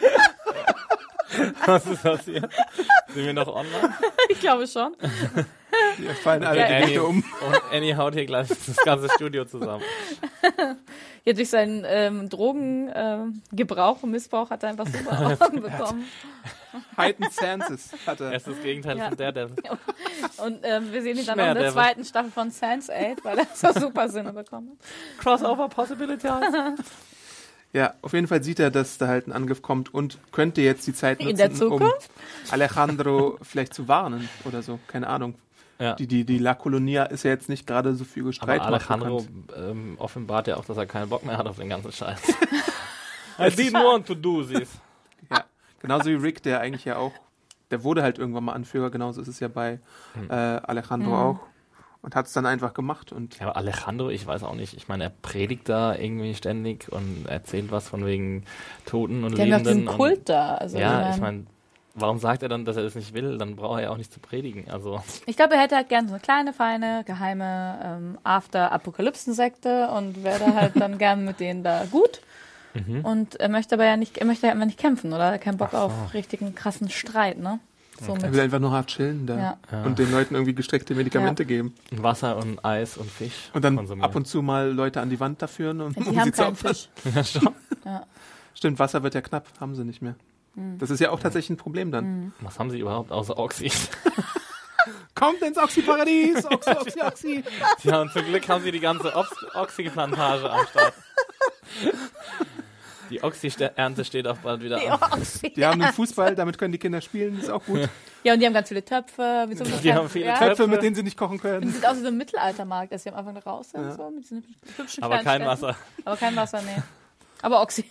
Was ist das hier? Sind wir noch online?
Ich glaube schon.
Hier fallen alle
Ja,
Geräte
Annie,
um.
Und Annie haut hier gleich das ganze Studio zusammen.
Ja, durch seinen ähm, Drogengebrauch und Missbrauch hat er einfach super Augen bekommen.
Heightened Senses hat
Er
er.
ist das Gegenteil
Ja.
von Daredevil.
Und ähm, wir sehen ihn dann auch in der
Schmerdevil.
zweiten Staffel von Sense 8, weil er so super Sinne bekommen hat.
Crossover Possibility.
Ja, auf jeden Fall sieht er, dass da halt ein Angriff kommt und könnte jetzt die Zeit nutzen,
In der Zukunft?
um Alejandro vielleicht zu warnen oder so. Keine Ahnung.
Ja.
Die, die, die La Colonia ist ja jetzt nicht gerade so viel
Aber
gestreit.
Alejandro ähm, offenbart ja auch, dass er keinen Bock mehr hat auf den ganzen Scheiß. I didn't want to do this.
Ja. Genauso wie Rick, der eigentlich ja auch, der wurde halt irgendwann mal Anführer, genauso ist es ja bei
Hm.
äh, Alejandro
Hm.
auch. Und hat es dann einfach gemacht und
Ja, aber Alejandro, ich weiß auch nicht. Ich meine, er predigt da irgendwie ständig und erzählt was von wegen Toten und
Die haben ja auch
Lebenden.
diesen
und-
Kult da. Also
ja, ich
meine-
meine, warum sagt er dann, dass er es nicht will? Dann braucht er ja auch nicht zu predigen. Also,
Ich glaube, er hätte halt gerne so eine kleine, feine, geheime ähm, After-Apokalypsen-Sekte und wäre da halt dann gern mit denen da gut.
Mhm.
Und er möchte aber ja nicht, er möchte ja einfach nicht kämpfen, oder? Er hat keinen Bock auf richtigen krassen Streit, ne? So
er
mit
will einfach nur hart chillen da.
Ja.
Und den Leuten irgendwie gestreckte Medikamente geben.
Wasser und Eis und Fisch.
Und dann
konsumieren.
ab und zu mal Leute an die Wand da führen, um,
Die
um
haben
sie zu
keinen
opfern.
Fisch.
Stimmt, Wasser wird ja knapp, haben sie nicht mehr.
Hm.
Das ist ja auch tatsächlich ein Problem dann.
Was haben sie überhaupt außer Oxy?
Kommt ins Oxyparadies! Oxy, Oxy, Oxy!
ja, und zum Glück haben sie die ganze Ox- Oxy-Plantage am Start. Die Oxy-Ernte steht auch bald wieder an.
Die haben den Fußball, damit können die Kinder spielen, ist auch gut.
Ja, und die haben ganz viele Töpfe. Wie so
Die haben viele
ja.
Töpfe.
Töpfe, mit denen sie nicht kochen können.
Sieht aus wie so ein Mittelaltermarkt, dass sie am Anfang raus sind, so, mit diesen hübschen
Aber
kleinen
kein
Ständen.
Wasser.
Aber kein Wasser, nee. Aber Oxy.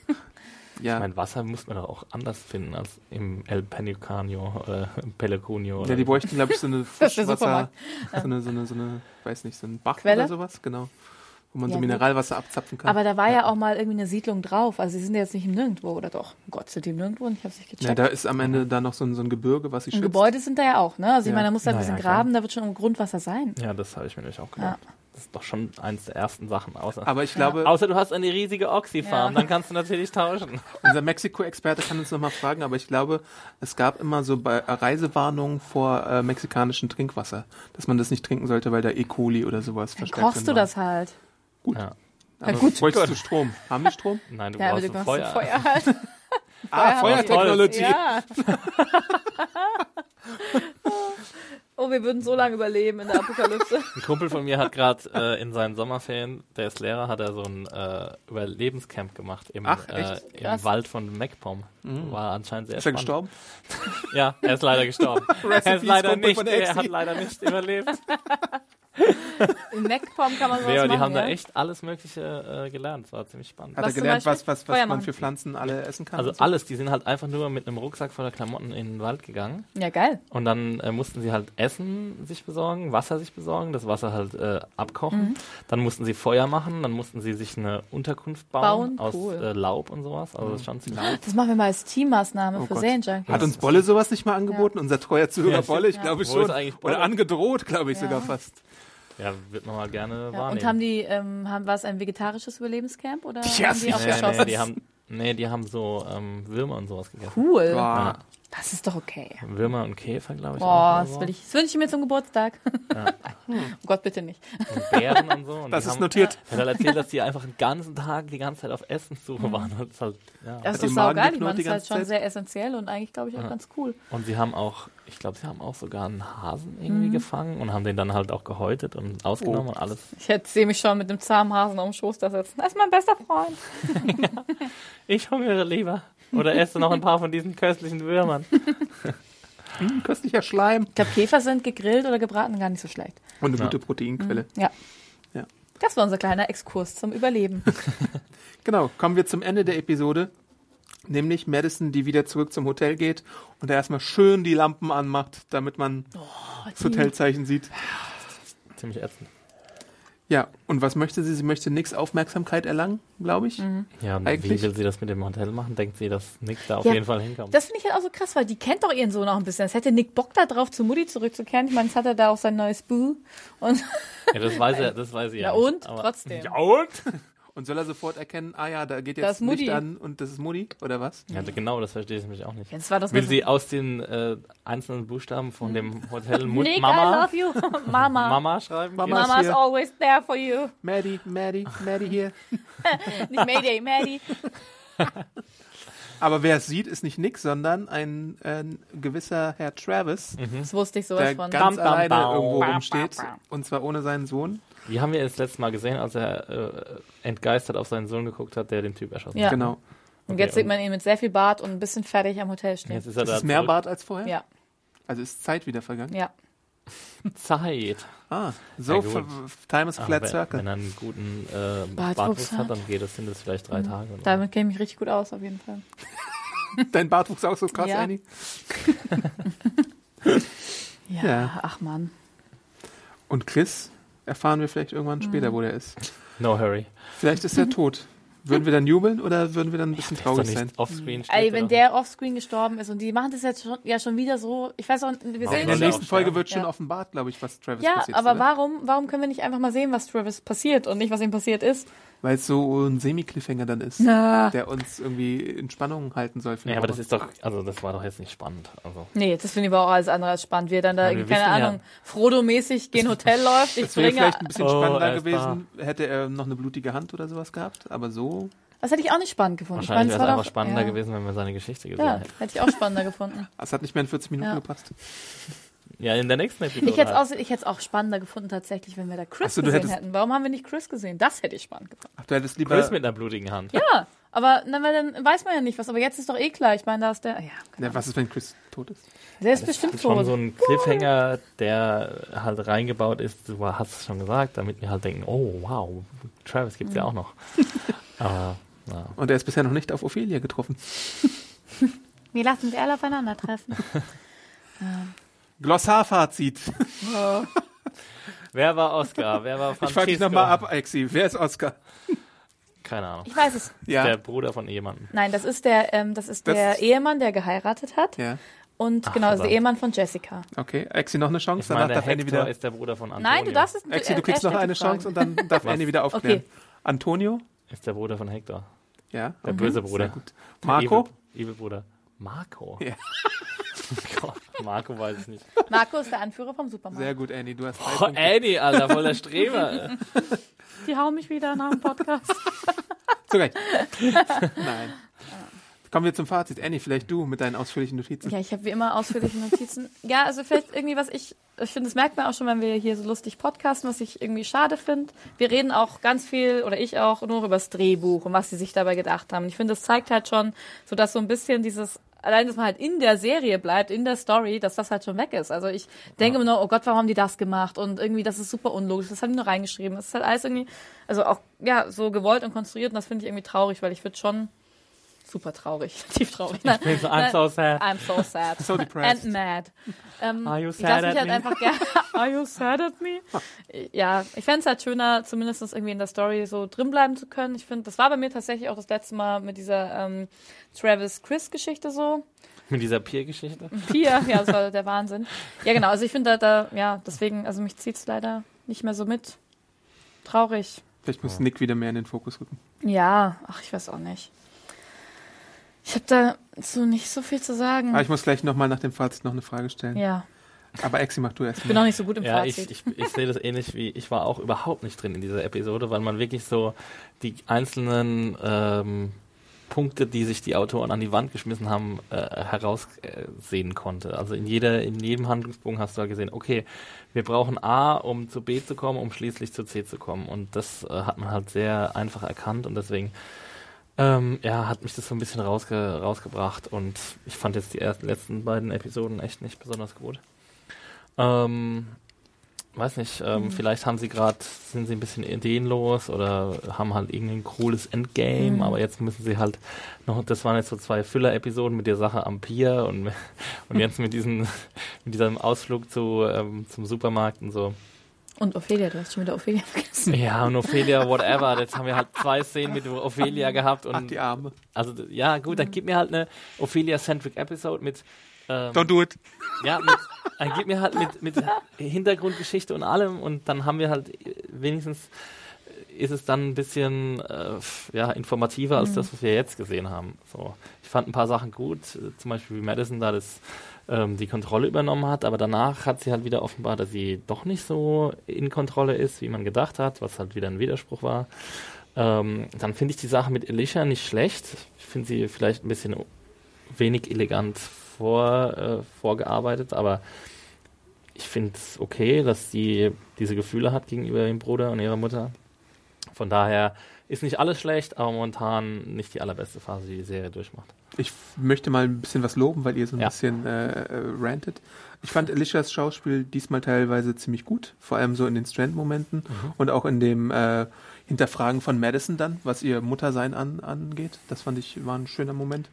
Ich
Ja.
meine, Wasser muss man doch auch anders finden als im El Penicanio oder Pelecunio.
Ja, die bräuchten, glaube ich, so eine
Das ist der
Frischwasser, so eine, so eine, so eine, weiß nicht, so ein Bach
Quelle?
oder sowas, genau. Wo man
Ja,
so
gut.
Mineralwasser abzapfen kann.
Aber da war ja. auch mal irgendwie eine Siedlung drauf. Also sie sind ja jetzt nicht im Nirgendwo, oder doch? Oh Gott, sind die im Nirgendwo? Und ich habe es nicht
ja,
gecheckt.
da ist am Ende da noch so ein, so ein Gebirge, was sie
Und
schützt.
Gebäude sind da ja auch, ne? Also ich
Ja.
meine, da muss da ein
Naja,
bisschen
klar.
graben, da wird schon im Grundwasser sein.
Ja, das habe ich mir nämlich auch gedacht. Das ist doch schon eins der ersten Sachen. Außer,
Aber ich glaube,
außer du hast eine riesige Oxy-Farm,
Ja.
dann kannst du natürlich tauschen.
unser Mexiko-Experte kann uns nochmal fragen, aber ich glaube, es gab immer so bei äh, Reisewarnungen vor äh, mexikanischem Trinkwasser, dass man das nicht trinken sollte, weil da E. coli oder sowas
Dann
verstärkt
kochst du
drin war.
das halt.
Gut.
Ja.
Aber
gut.
Wolltest du Strom? Haben die Strom?
Nein, du
Ja, aber
brauchst
du
ein
machst ein
Feuer.
Feuer halt.
ah, Feuertechnologie.
Ja. Oh, wir würden so lange überleben in der Apokalypse.
Ein Kumpel von mir hat gerade äh, in seinen Sommerferien, der ist Lehrer, hat er so ein äh, Überlebenscamp gemacht im,
Ach,
äh,
echt? Mhm.
im Wald von MacPom. War anscheinend sehr
Ist er
spannend.
gestorben?
Ja, er ist leider gestorben. er ist
Recipes,
leider
Kumpel
nicht,
von
er
Exi.
hat leider nicht überlebt.
Im Neckpom kann man sowas
Nee, aber
machen,
die haben
ja?
da echt alles Mögliche äh, gelernt. Das war ziemlich spannend.
Hat
Was
er
zum
gelernt, was,
Beispiel?
was, was
Feuer
man
machen.
für Pflanzen alle essen kann?
Also
und so?
alles, die sind halt einfach nur mit einem Rucksack voller Klamotten in den Wald gegangen
Ja, geil.
und dann äh, mussten sie halt Essen sich besorgen, Wasser sich besorgen, das Wasser halt äh, abkochen.
Mhm.
Dann mussten sie Feuer machen, dann mussten sie sich eine Unterkunft bauen,
Bauen,
aus
cool.
äh, Laub und sowas.
Mhm.
Also das ist schon ziemlich
Das machen wir mal als Teammaßnahme
Oh
für
Gott.
Serienjunkies.
Hat uns Bolle sowas nicht mal angeboten? Unser treuer Zuhörer Bolle, ich glaube
Wo ist
schon.
eigentlich Bolle?
Oder angedroht, glaube ich sogar fast.
Ja, wird man mal gerne
Ja,
wahrnehmen.
und haben die, ähm, haben, war es ein vegetarisches Überlebenscamp oder
Ja,
haben die
sicher.
auch
nee,
geschossen?
nee, die haben Nee, die haben so ähm, Würmer und sowas gegessen.
cool.
Boah.
Das ist doch okay.
Würmer und Käfer, glaube ich. auch
Boah,
oder
das,
so.
will ich, das wünsche ich mir zum Geburtstag. Oh Gott, bitte nicht.
Und Bären und so. Und
Das
die
ist
haben,
notiert.
Er hat erzählt, dass die einfach den ganzen Tag die ganze Zeit auf Essenssuche waren. Das ist halt, ja.
Das
die
ist
Magen
saugeil. Ich
geknurrt
meine,
die
das ist halt
ganze
schon
Zeit?
sehr essentiell und eigentlich, glaube ich, auch ganz cool.
Und sie haben auch, ich glaube, sie haben auch sogar einen Hasen irgendwie
Mhm.
gefangen und haben den dann halt auch gehäutet und ausgenommen
Oh.
und alles.
Ich hätte- sehe mich schon mit einem zahmen Hasen auf dem Schoß da sitzen. Das ist mein bester Freund.
Ich hungere lieber. Oder esse noch ein paar von diesen köstlichen Würmern.
Hm, köstlicher Schleim.
Ich glaube, Käfer sind gegrillt oder gebraten gar nicht so schlecht.
Und eine gute Proteinquelle.
Ja.
Ja.
Das war unser kleiner Exkurs zum Überleben.
Genau, kommen wir zum Ende der Episode. Nämlich Madison, die wieder zurück zum Hotel geht und da erstmal schön die Lampen anmacht, damit man das Hotelzeichen sieht.
Ziemlich ätzend.
Ja, und was möchte sie? Sie möchte nix Aufmerksamkeit erlangen, glaube ich.
Ja, und
Eigentlich-
wie will sie das mit dem Hotel machen? Denkt sie, dass Nick da auf
Ja.
jeden Fall hinkommt?
Das finde ich halt auch so krass, weil die kennt doch ihren Sohn auch ein bisschen. Das hätte Nick Bock da drauf, zu Mutti zurückzukehren. Ich meine, jetzt hat er da auch sein neues Boo. Und,
ja, das weiß er, das weiß sie ja.
na
nicht,
und?
aber-
Trotzdem.
Ja, und?
Und soll er sofort erkennen, ah ja, da geht
Da ist
jetzt Licht
Mutti.
an und das ist Mutti, oder was?
Ja, genau, das verstehe ich nämlich auch nicht.
Jetzt war das
Will
mal so-
sie aus den äh, einzelnen Buchstaben von dem Hotel Mut
Nick,
Mama,
I love you. Mama.
Mama schreiben?
Mama.
Geht das?
Mama's
hier.
always there for you.
Maddie, Maddie, Maddie hier.
Nicht Mayday, Maddie.
Aber wer es sieht, ist nicht Nick, sondern ein äh, gewisser Herr Travis,
Das wusste ich sowas
Mhm. der
von.
ganz
Mhm. Bam, bam,
alleine
bam.
irgendwo
Bam, bam,
rumsteht.
bam.
Und zwar ohne seinen Sohn.
Wie haben wir das letzte Mal gesehen, als er äh, entgeistert auf seinen Sohn geguckt hat, der den Typ erschossen
Ja.
hat?
Genau.
und jetzt
okay,
sieht man ihn mit sehr viel Bart und ein bisschen fertig am Hotel stehen.
Jetzt ist er
Ist
da
es mehr
zurück.
Bart als vorher?
ja,
Also ist Zeit wieder vergangen.
ja.
Zeit.
Ah, so
Ja, gut.
f- f- Time is a flat
Aber
circle.
Wenn er einen guten äh,
Bartwuchs
Bartwuchs hat,
hat.
dann geht es, sind es vielleicht drei Tage. oder
Mhm. Damit kenne ich mich richtig gut aus, auf jeden Fall.
Dein Bart wuchs auch so krass,
Ja.
Annie.
Ja,
Ja.
ach man.
Und Chris erfahren wir vielleicht irgendwann
Mhm.
später, wo der ist.
so. No hurry.
Vielleicht ist er tot. Würden wir dann jubeln oder würden wir dann ein bisschen
Ist doch
traurig sein?
nicht offscreen. steht
Mhm. Ey,
er
wenn
doch
der offscreen gestorben ist und die machen das jetzt schon, ja schon wieder so, ich weiß auch, nicht, wir
Warum
In der
sehen
soll er
nicht.
auch
nächsten Folge
sterben?
wird schon
Ja.
offenbart, glaube ich, was Travis
Ja,
passiert
aber
ne?
ist. oder?
warum, warum können wir nicht einfach mal sehen, was Travis passiert und nicht, was ihm passiert ist?
Weil es so ein Semi-Cliffhanger dann ist,
Na.
der uns irgendwie in Spannung halten soll. für
nicht.
eine
Ja, aber
Woche.
das ist doch, also das war doch jetzt nicht spannend. Also,
Nee, das finde ich aber auch alles andere als spannend. Wir dann da,
Ja, wir
irgendwie, keine
wissen ja-
Ahnung, Frodo-mäßig gehen Hotel läuft, ich
Das wäre
bringe.
vielleicht ein bisschen
Oh,
spannender
er ist
gewesen, hätte er noch eine blutige Hand oder sowas gehabt, aber so.
Das hätte ich auch nicht spannend gefunden. Ich meine,
wahrscheinlich
das
wäre es
war
einfach
doch-
spannender
ja.
gewesen, wenn wir seine Geschichte gesehen
Ja,
hätten.
hätte ich auch spannender gefunden.
Es hat nicht mehr in 40 Minuten
Ja.
gepasst.
Ja, in der nächsten Episode.
Ich hätte es
halt.
auch, ich hätte es auch spannender gefunden tatsächlich, wenn wir da Chris
Ach so, du
gesehen
hättest-
hätten. Warum haben wir nicht Chris gesehen? Das hätte ich spannend gefunden.
Ach, du hättest lieber.
Chris mit einer blutigen Hand.
Ja, aber na, weil dann weiß man ja nicht was. Aber jetzt ist doch eh klar. Ich meine, da ist der. Ja, keine
ja,
Ahnung.
was ist, wenn Chris tot ist?
der ist bestimmt
Schon
tot.
so ein Cliffhanger, der halt reingebaut ist, du
Mhm.
hast es schon gesagt, damit wir halt denken, oh wow, Travis gibt's ja auch noch. Aber
Und er ist bisher noch nicht auf Ophelia getroffen.
Wir lassen wir alle aufeinandertreffen.
Glossarfazit.
Wer war Oscar? Wer war
Ich
Francisco?
frag dich nochmal ab, Exi. Wer ist Oscar?
Keine Ahnung.
Ich weiß es.
Ja.
Der Bruder von jemandem.
Nein, das ist der, ähm, das ist
Das-
der Ehemann, der geheiratet hat.
ja.
Und genau, das ist der
verdammt.
Ehemann von Jessica.
Okay, Exi noch eine Chance,
Ich meine,
danach
der
darf Annie
Hector
wieder.
ist der Bruder von Antonio.
Nein, du darfst es äh,
Exi,
er-
du kriegst
er
noch
stellt
eine
die Fragen.
Chance und dann darf Annie wieder aufklären.
Okay.
Antonio,
Ist der Bruder von Hector.
ja.
Der böse Bruder.
gut. Marco,
Evil, Evil Bruder. Marco?
Ja.
Gott, Marco weiß es nicht.
Marco ist der Anführer vom Supermarkt.
sehr gut, Annie, du hast drei
Oh,
Punkte.
Annie, Alter, voller Streber.
Die hauen mich wieder nach dem Podcast.
Zu Recht. Nein. Kommen wir zum Fazit. Annie, vielleicht du mit deinen ausführlichen Notizen.
ja, ich habe wie immer ausführliche Notizen. Ja, also vielleicht irgendwie, was ich, ich finde, das merkt man auch schon, wenn wir hier so lustig podcasten, was ich irgendwie schade finde. Wir reden auch ganz viel, oder ich auch, nur über das Drehbuch und was sie sich dabei gedacht haben. Und ich finde, das zeigt halt schon, so dass so ein bisschen dieses, allein, dass man halt in der Serie bleibt, in der Story, dass das halt schon weg ist. Also ich denke immer nur, oh Gott, warum haben die das gemacht? Und irgendwie, das ist super unlogisch, das haben die nur reingeschrieben. Das ist halt alles irgendwie, also auch, ja, so gewollt und konstruiert und das finde ich irgendwie traurig, weil ich würde schon super traurig, tief traurig. Nein,
Ich bin so, I'm so sad.
I'm so sad.
So depressed.
And mad. Ähm,
Are you
ich lass
sad
mich
at
halt
me?
einfach gerne. Are you sad at me? Ja, ich fänd's halt schöner, zumindest irgendwie in der Story so drin bleiben zu können. Ich finde, das war bei mir tatsächlich auch das letzte Mal mit dieser ähm, Travis-Chris-Geschichte so.
Mit dieser Peer-Geschichte.
Pia, ja, das war der Wahnsinn. Ja, genau, also ich finde da, da, ja, deswegen, also mich zieht's leider nicht mehr so mit. Traurig.
Vielleicht muss Nick wieder mehr in den Fokus rücken.
Ja, ach, ich weiß auch nicht. Ich habe dazu nicht so viel zu sagen.
Ah,
Aber ich muss gleich nochmal nach dem Fazit noch eine Frage stellen.
ja, Genau.
Aber Exi, mach du erst
ich bin
mal.
auch nicht so gut im
Ja, ich,
Fazit.
ich, ich sehe das ähnlich wie, ich war auch überhaupt nicht drin in dieser Episode, weil man wirklich so die einzelnen ähm, Punkte, die sich die Autoren an die Wand geschmissen haben, äh, heraussehen konnte. Also in jeder, in jedem Handlungspunkt hast du halt gesehen, okay, wir brauchen A, um zu B zu kommen, um schließlich zu C zu kommen. Und das äh, hat man halt sehr einfach erkannt und deswegen ähm, ja, hat mich das so ein bisschen rausge rausgebracht und ich fand jetzt die ersten, letzten beiden Episoden echt nicht besonders gut. Ähm, weiß nicht,
Mhm.
ähm, vielleicht haben sie gerade, sind sie ein bisschen ideenlos oder haben halt irgendein cooles Endgame,
Mhm.
aber jetzt müssen sie halt noch, das waren jetzt so zwei Füller-Episoden mit der Sache am Pier und, und jetzt mit diesem, mit diesem Ausflug zu, ähm, zum Supermarkt und so.
Und Ophelia, du hast schon wieder Ophelia vergessen.
Ja, und Ophelia, whatever, jetzt haben wir halt zwei Szenen mit Ophelia gehabt
Ach,
und
die Arme.
also d- ja, gut, dann gib mir halt eine Ophelia-centric Episode mit ähm,
Don't do it.
ja, mit, dann gib mir halt mit, mit Hintergrundgeschichte und allem und dann haben wir halt äh, wenigstens äh, ist es dann ein bisschen äh, f- ja, informativer als das, was wir jetzt gesehen haben. So, ich fand ein paar Sachen gut, äh, zum Beispiel wie Madison da das ähm, die Kontrolle übernommen hat, aber danach hat sie halt wieder offenbar, dass sie doch nicht so in Kontrolle ist, wie man gedacht hat, was halt wieder ein Widerspruch war. Ähm, dann finde ich die Sache mit Elisha nicht schlecht. Ich finde sie vielleicht ein bisschen wenig elegant vor, äh, vorgearbeitet, aber ich finde es okay, dass sie diese Gefühle hat gegenüber ihrem Bruder und ihrer Mutter. Von daher ist nicht alles schlecht, aber momentan nicht die allerbeste Phase, die die Serie durchmacht.
Ich f- möchte mal ein bisschen was loben, weil ihr so ein
Ja.
bisschen äh, äh, rantet. Ich fand Alicias Schauspiel diesmal teilweise ziemlich gut, vor allem so in den Strand-Momenten und auch in dem äh, Hinterfragen von Madison dann, was ihr Muttersein an, angeht. Das fand ich, war ein schöner Moment.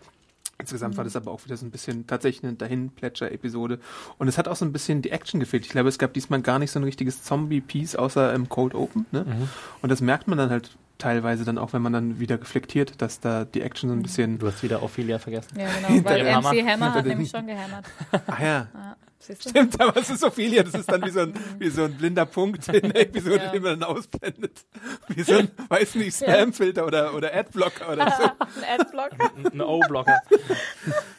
Insgesamt war das aber auch wieder so ein bisschen tatsächlich eine Dahinplätscher-Episode. Und es hat auch so ein bisschen die Action gefehlt. Ich glaube, es gab diesmal gar nicht so ein richtiges Zombie-Piece, außer im Cold Open. Ne?
Mhm.
Und das merkt man dann halt teilweise dann auch, wenn man dann wieder reflektiert, dass da die Action so ein bisschen
Du hast wieder Ophelia vergessen.
Ja, genau, weil
dem
MC
Hammer.
Hammer
Hinter
hat
dem-
nämlich schon gehämmert.
Ah ja.
Ja, siehst du?
Stimmt, aber es ist Ophelia. Das ist dann wie so ein, wie so ein blinder Punkt in der Episode,
Ja.
den man dann ausblendet. Wie so ein, weiß nicht, Spamfilter oder, oder Adblocker oder so.
Ein Adblock.
Ein O-Blocker.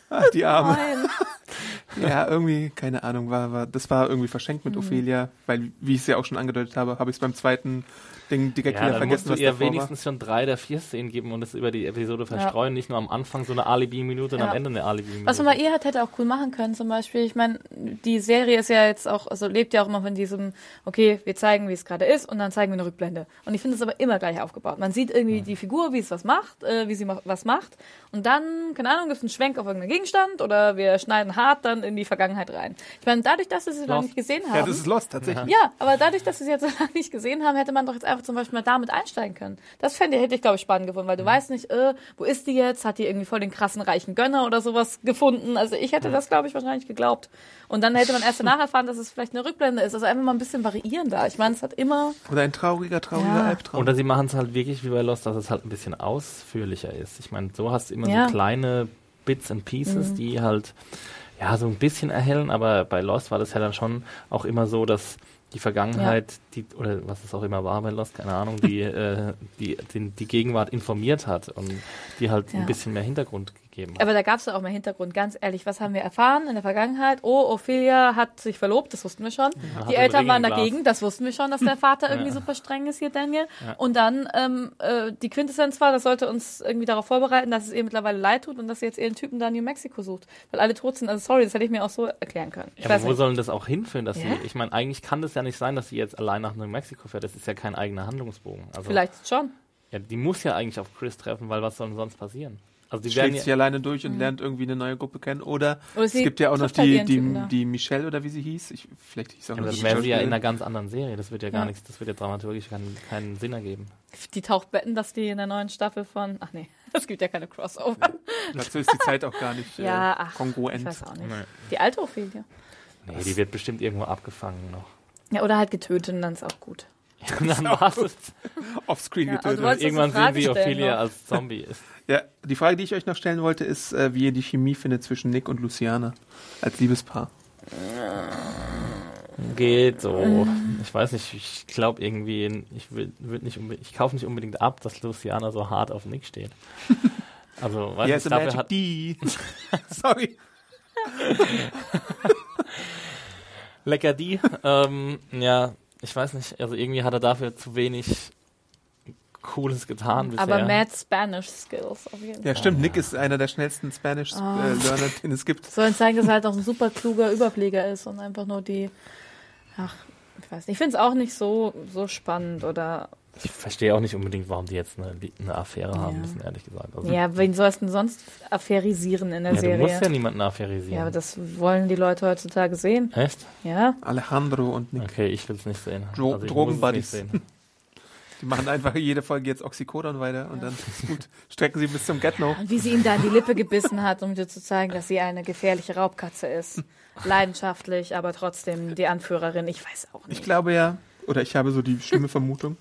Ah.
Ach, die Arme.
Nein. Oh
Ja, irgendwie, keine Ahnung, war, war, das war irgendwie verschenkt
Mhm.
mit Ophelia, weil, wie ich es ja auch schon angedeutet habe, habe ich es beim zweiten Ding Dicker
Ja,
Killer
dann musst
vergessen,
du
was
ihr
davor war.
wenigstens schon drei der vier Szenen geben und es über die Episode verstreuen, nicht nur am Anfang so eine Alibi-Minute und
Ja.
am Ende eine Alibi-Minute.
Was man bei ihr hat, hätte auch cool machen können, zum Beispiel. Ich meine, die Serie ist ja jetzt auch, also lebt ja auch immer von diesem, okay, wir zeigen, wie es gerade ist und dann zeigen wir eine Rückblende. Und ich finde es aber immer gleich aufgebaut. Man sieht irgendwie die Figur, wie es was macht, äh, wie sie ma was macht. Und dann, keine Ahnung, gibt es einen Schwenk auf irgendeinen Gegenstand oder wir schneiden hart dann schon in die Vergangenheit rein. Ich meine, dadurch, dass wir sie noch
Lost.
nicht gesehen haben.
Ja, das ist Lost tatsächlich.
Ja, aber dadurch, dass wir sie jetzt so lange nicht gesehen haben, hätte man doch jetzt einfach zum Beispiel mal damit einsteigen können. Das fände hätte ich, glaube ich, spannend gefunden, weil du weißt nicht, äh, wo ist die jetzt? Hat die irgendwie voll den krassen reichen Gönner oder sowas gefunden? Also ich hätte das, glaube ich, wahrscheinlich geglaubt. Und dann hätte man erst danach erfahren, dass es vielleicht eine Rückblende ist. Also einfach mal ein bisschen variieren da. Ich meine, es hat immer.
Oder ein trauriger, trauriger
Ja.
Albtraum.
Oder sie machen es halt wirklich wie bei Lost, dass es halt ein bisschen ausführlicher ist. Ich meine, so hast du immer
Ja. Mhm.
so kleine Bits and Pieces, die halt ja so ein bisschen erhellen, aber bei Lost war das ja dann schon auch immer so, dass die Vergangenheit, die, oder was es auch immer war bei Lost, keine Ahnung, die, äh, die, den, die Gegenwart informiert hat und die halt
Ja.
ein bisschen mehr Hintergrund gegeben hat.
Aber da gab es ja auch mehr Hintergrund, ganz ehrlich. Was haben wir erfahren in der Vergangenheit? Oh, Ophelia hat sich verlobt, das wussten wir schon.
hat
Die
den
Eltern
Ring
waren
im Glas.
dagegen, das wussten wir schon, dass der Vater irgendwie super streng ist hier, Daniel. Und dann ähm, äh, die Quintessenz war, das sollte uns irgendwie darauf vorbereiten, dass es ihr mittlerweile leid tut und dass sie jetzt ihren Typen da in New Mexico sucht. Weil alle tot sind. Also sorry, das hätte ich mir auch so erklären können. Ich
Ja,
weiß
aber wo
nicht.
sollen das auch hinführen, dass
Ja?
sie, ich meine, eigentlich kann das ja nicht sein, dass sie jetzt allein nach New Mexico fährt. Das ist ja kein eigener Handlungsbogen. Also,
Vielleicht schon.
Ja, die muss ja eigentlich auf Chris treffen, weil was soll denn sonst passieren? Also die werden
schlägt sich
ja,
alleine durch und lernt irgendwie eine neue Gruppe kennen. Oder,
Oder
es
Mhm. sie
gibt ja auch noch
trifft halt
die,
ihren
die,
Typen da.
die Michelle oder wie sie hieß. Ich, vielleicht hieß sie auch
ja,
noch
das
die
wären sie ja in
Schauspielerin.
einer ganz anderen Serie. Das wird ja gar
Ja.
nichts, das wird ja dramaturgisch keinen, keinen Sinn ergeben.
Die Tauchbetten, dass die in der neuen Staffel von. Ach nee, es gibt ja keine Crossover.
Dazu ist die Zeit auch gar nicht
Ja,
äh,
ach,
kongruent.
Ich weiß auch nicht. Die alte Ophelia.
Nee, die wird bestimmt irgendwo abgefangen noch.
Ja, oder halt getötet und dann ist auch gut.
Und dann war's es.
Offscreen
Ja, also
getötet.
wolltest du
Irgendwann
eine Frage
sehen sie
stellen
Ophelia
noch?
als Zombie ist.
ja, die Frage, die ich euch noch stellen wollte, ist, äh, wie ihr die Chemie findet zwischen Nick und Luciana als Liebespaar.
Geht so.
Ähm.
Ich weiß nicht, ich glaube irgendwie, ich will, würd nicht unbe- ich kaufe nicht unbedingt ab, dass Luciana so hart auf Nick steht. Also, weiß
Yes,
nicht,
a
dafür
Magic
hat,
D. Sorry.
Lecker die. ähm, ja, ich weiß nicht. Also irgendwie hat er dafür zu wenig Cooles getan bisher.
Aber Mad Spanish Skills auf jeden Fall.
Ja,
Ah.
stimmt. Nick ist einer der schnellsten
Ah.
Spanish-Learner, den es gibt.
Sollen zeigen, dass er halt auch ein super kluger Überflieger ist und einfach nur die. Ach, ich weiß nicht. Ich finde es auch nicht so, so spannend oder.
ich verstehe auch nicht unbedingt, warum die jetzt eine, eine Affäre haben
Ja.
müssen, ehrlich gesagt. Also,
Ja, wen sollst du denn sonst affairisieren in der
ja, du musst ja
Serie?
niemanden affärisieren.
Ja, aber das wollen die Leute heutzutage sehen.
Echt?
Ja.
Alejandro und Nick.
Okay, ich will es nicht sehen. Also,
Dro-
ich
Drogenbuddies.
muss es nicht sehen.
Die machen einfach jede Folge jetzt Oxycodon weiter und dann ist gut. Strecken sie bis zum Get-No.
Und wie sie ihm da in die Lippe gebissen hat, um dir zu zeigen, dass sie eine gefährliche Raubkatze ist. Leidenschaftlich, aber trotzdem die Anführerin. Ich weiß auch
Ich
nicht.
glaube ja, oder ich habe so die schlimme Vermutung,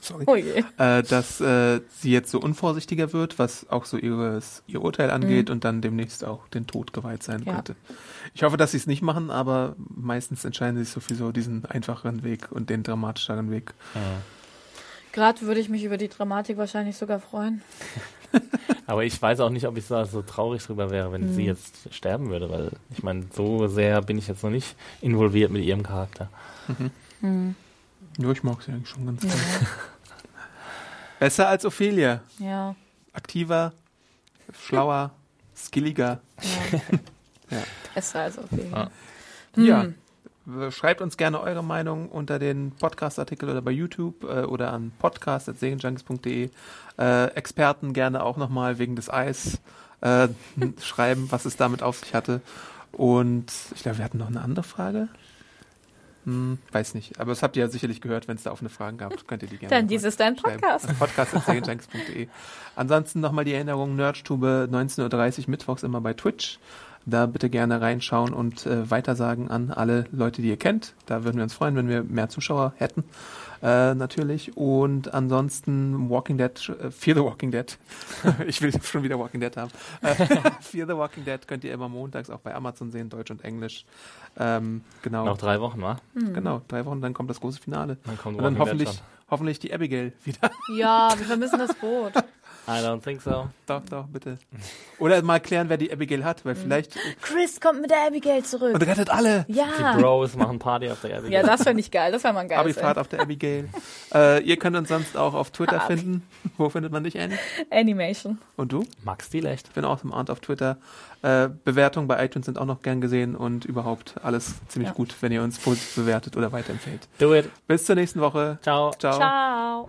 sorry,
Oh je.
äh, dass äh, sie jetzt so unvorsichtiger wird, was auch so ihres, ihr Urteil angeht und dann demnächst auch den Tod geweiht sein
Ja.
könnte. Ich hoffe, dass sie es nicht machen, aber meistens entscheiden sie sich sowieso diesen einfacheren Weg und den dramatischeren Weg.
Gerade würde ich mich über die Dramatik wahrscheinlich sogar freuen.
Aber ich weiß auch nicht, ob ich da so traurig drüber wäre, wenn
Mhm.
sie jetzt sterben würde, weil ich meine, so sehr bin ich jetzt noch nicht involviert mit ihrem Charakter.
Ja, ich mag sie eigentlich schon ganz gerne. Besser als Ophelia.
Ja.
Aktiver, schlauer, skilliger.
Besser als auf jeden Fall. Hm.
Ja. Schreibt uns gerne eure Meinung unter den Podcast-Artikel oder bei YouTube äh, oder an podcast.segenjunkies.de. Äh, Experten gerne auch nochmal wegen des Eis äh, schreiben, was es damit auf sich hatte. Und ich glaube, wir hatten noch eine andere Frage. Hm, weiß nicht. Aber das habt ihr ja sicherlich gehört, wenn es da offene Fragen gab. Könnt ihr die gerne.
Dann
noch
dies
mal
ist dein
schreiben.
Podcast.
An Podcast.segenjunkies.de. Ansonsten nochmal die Erinnerung, Nerdstube 19.30 Uhr mittwochs immer bei Twitch. Da bitte gerne reinschauen und äh, weitersagen an alle Leute, die ihr kennt. Da würden wir uns freuen, wenn wir mehr Zuschauer hätten. Äh, natürlich. Und ansonsten Walking Dead, äh, Fear the Walking Dead. ich will schon wieder Walking Dead haben. Äh, Fear the Walking Dead könnt ihr immer montags auch bei Amazon sehen, Deutsch und Englisch. Ähm, genau.
Noch drei Wochen, wa?
Genau, drei Wochen, dann kommt das große Finale.
Dann kommt
und dann
Walking Dead
hoffentlich, hoffentlich die Abigail wieder.
Ja, wir vermissen das Boot.
I don't think so.
doch, doch, bitte. Oder mal klären, wer die Abigail hat, weil vielleicht.
Chris kommt mit der Abigail
Und
zurück.
rettet alle!
Ja.
Die Bros machen Party auf der Abigail.
Ah. Ja, das fände ich geil. Das wäre mal ein geiles
Abifahrt auf der Abigail. äh, ihr könnt uns sonst auch auf Twitter finden. Wo findet man dich, Annie?
Ende. Animation.
Und du?
Max Dielecht.
Ich bin auch im Arndt auf Twitter. Äh, Bewertungen bei iTunes sind auch noch gern gesehen und überhaupt alles ziemlich
Ja.
gut, wenn ihr uns positiv bewertet oder weiterempfehlt.
Do it.
Bis zur nächsten Woche.
Ciao.
Ciao.
Ciao.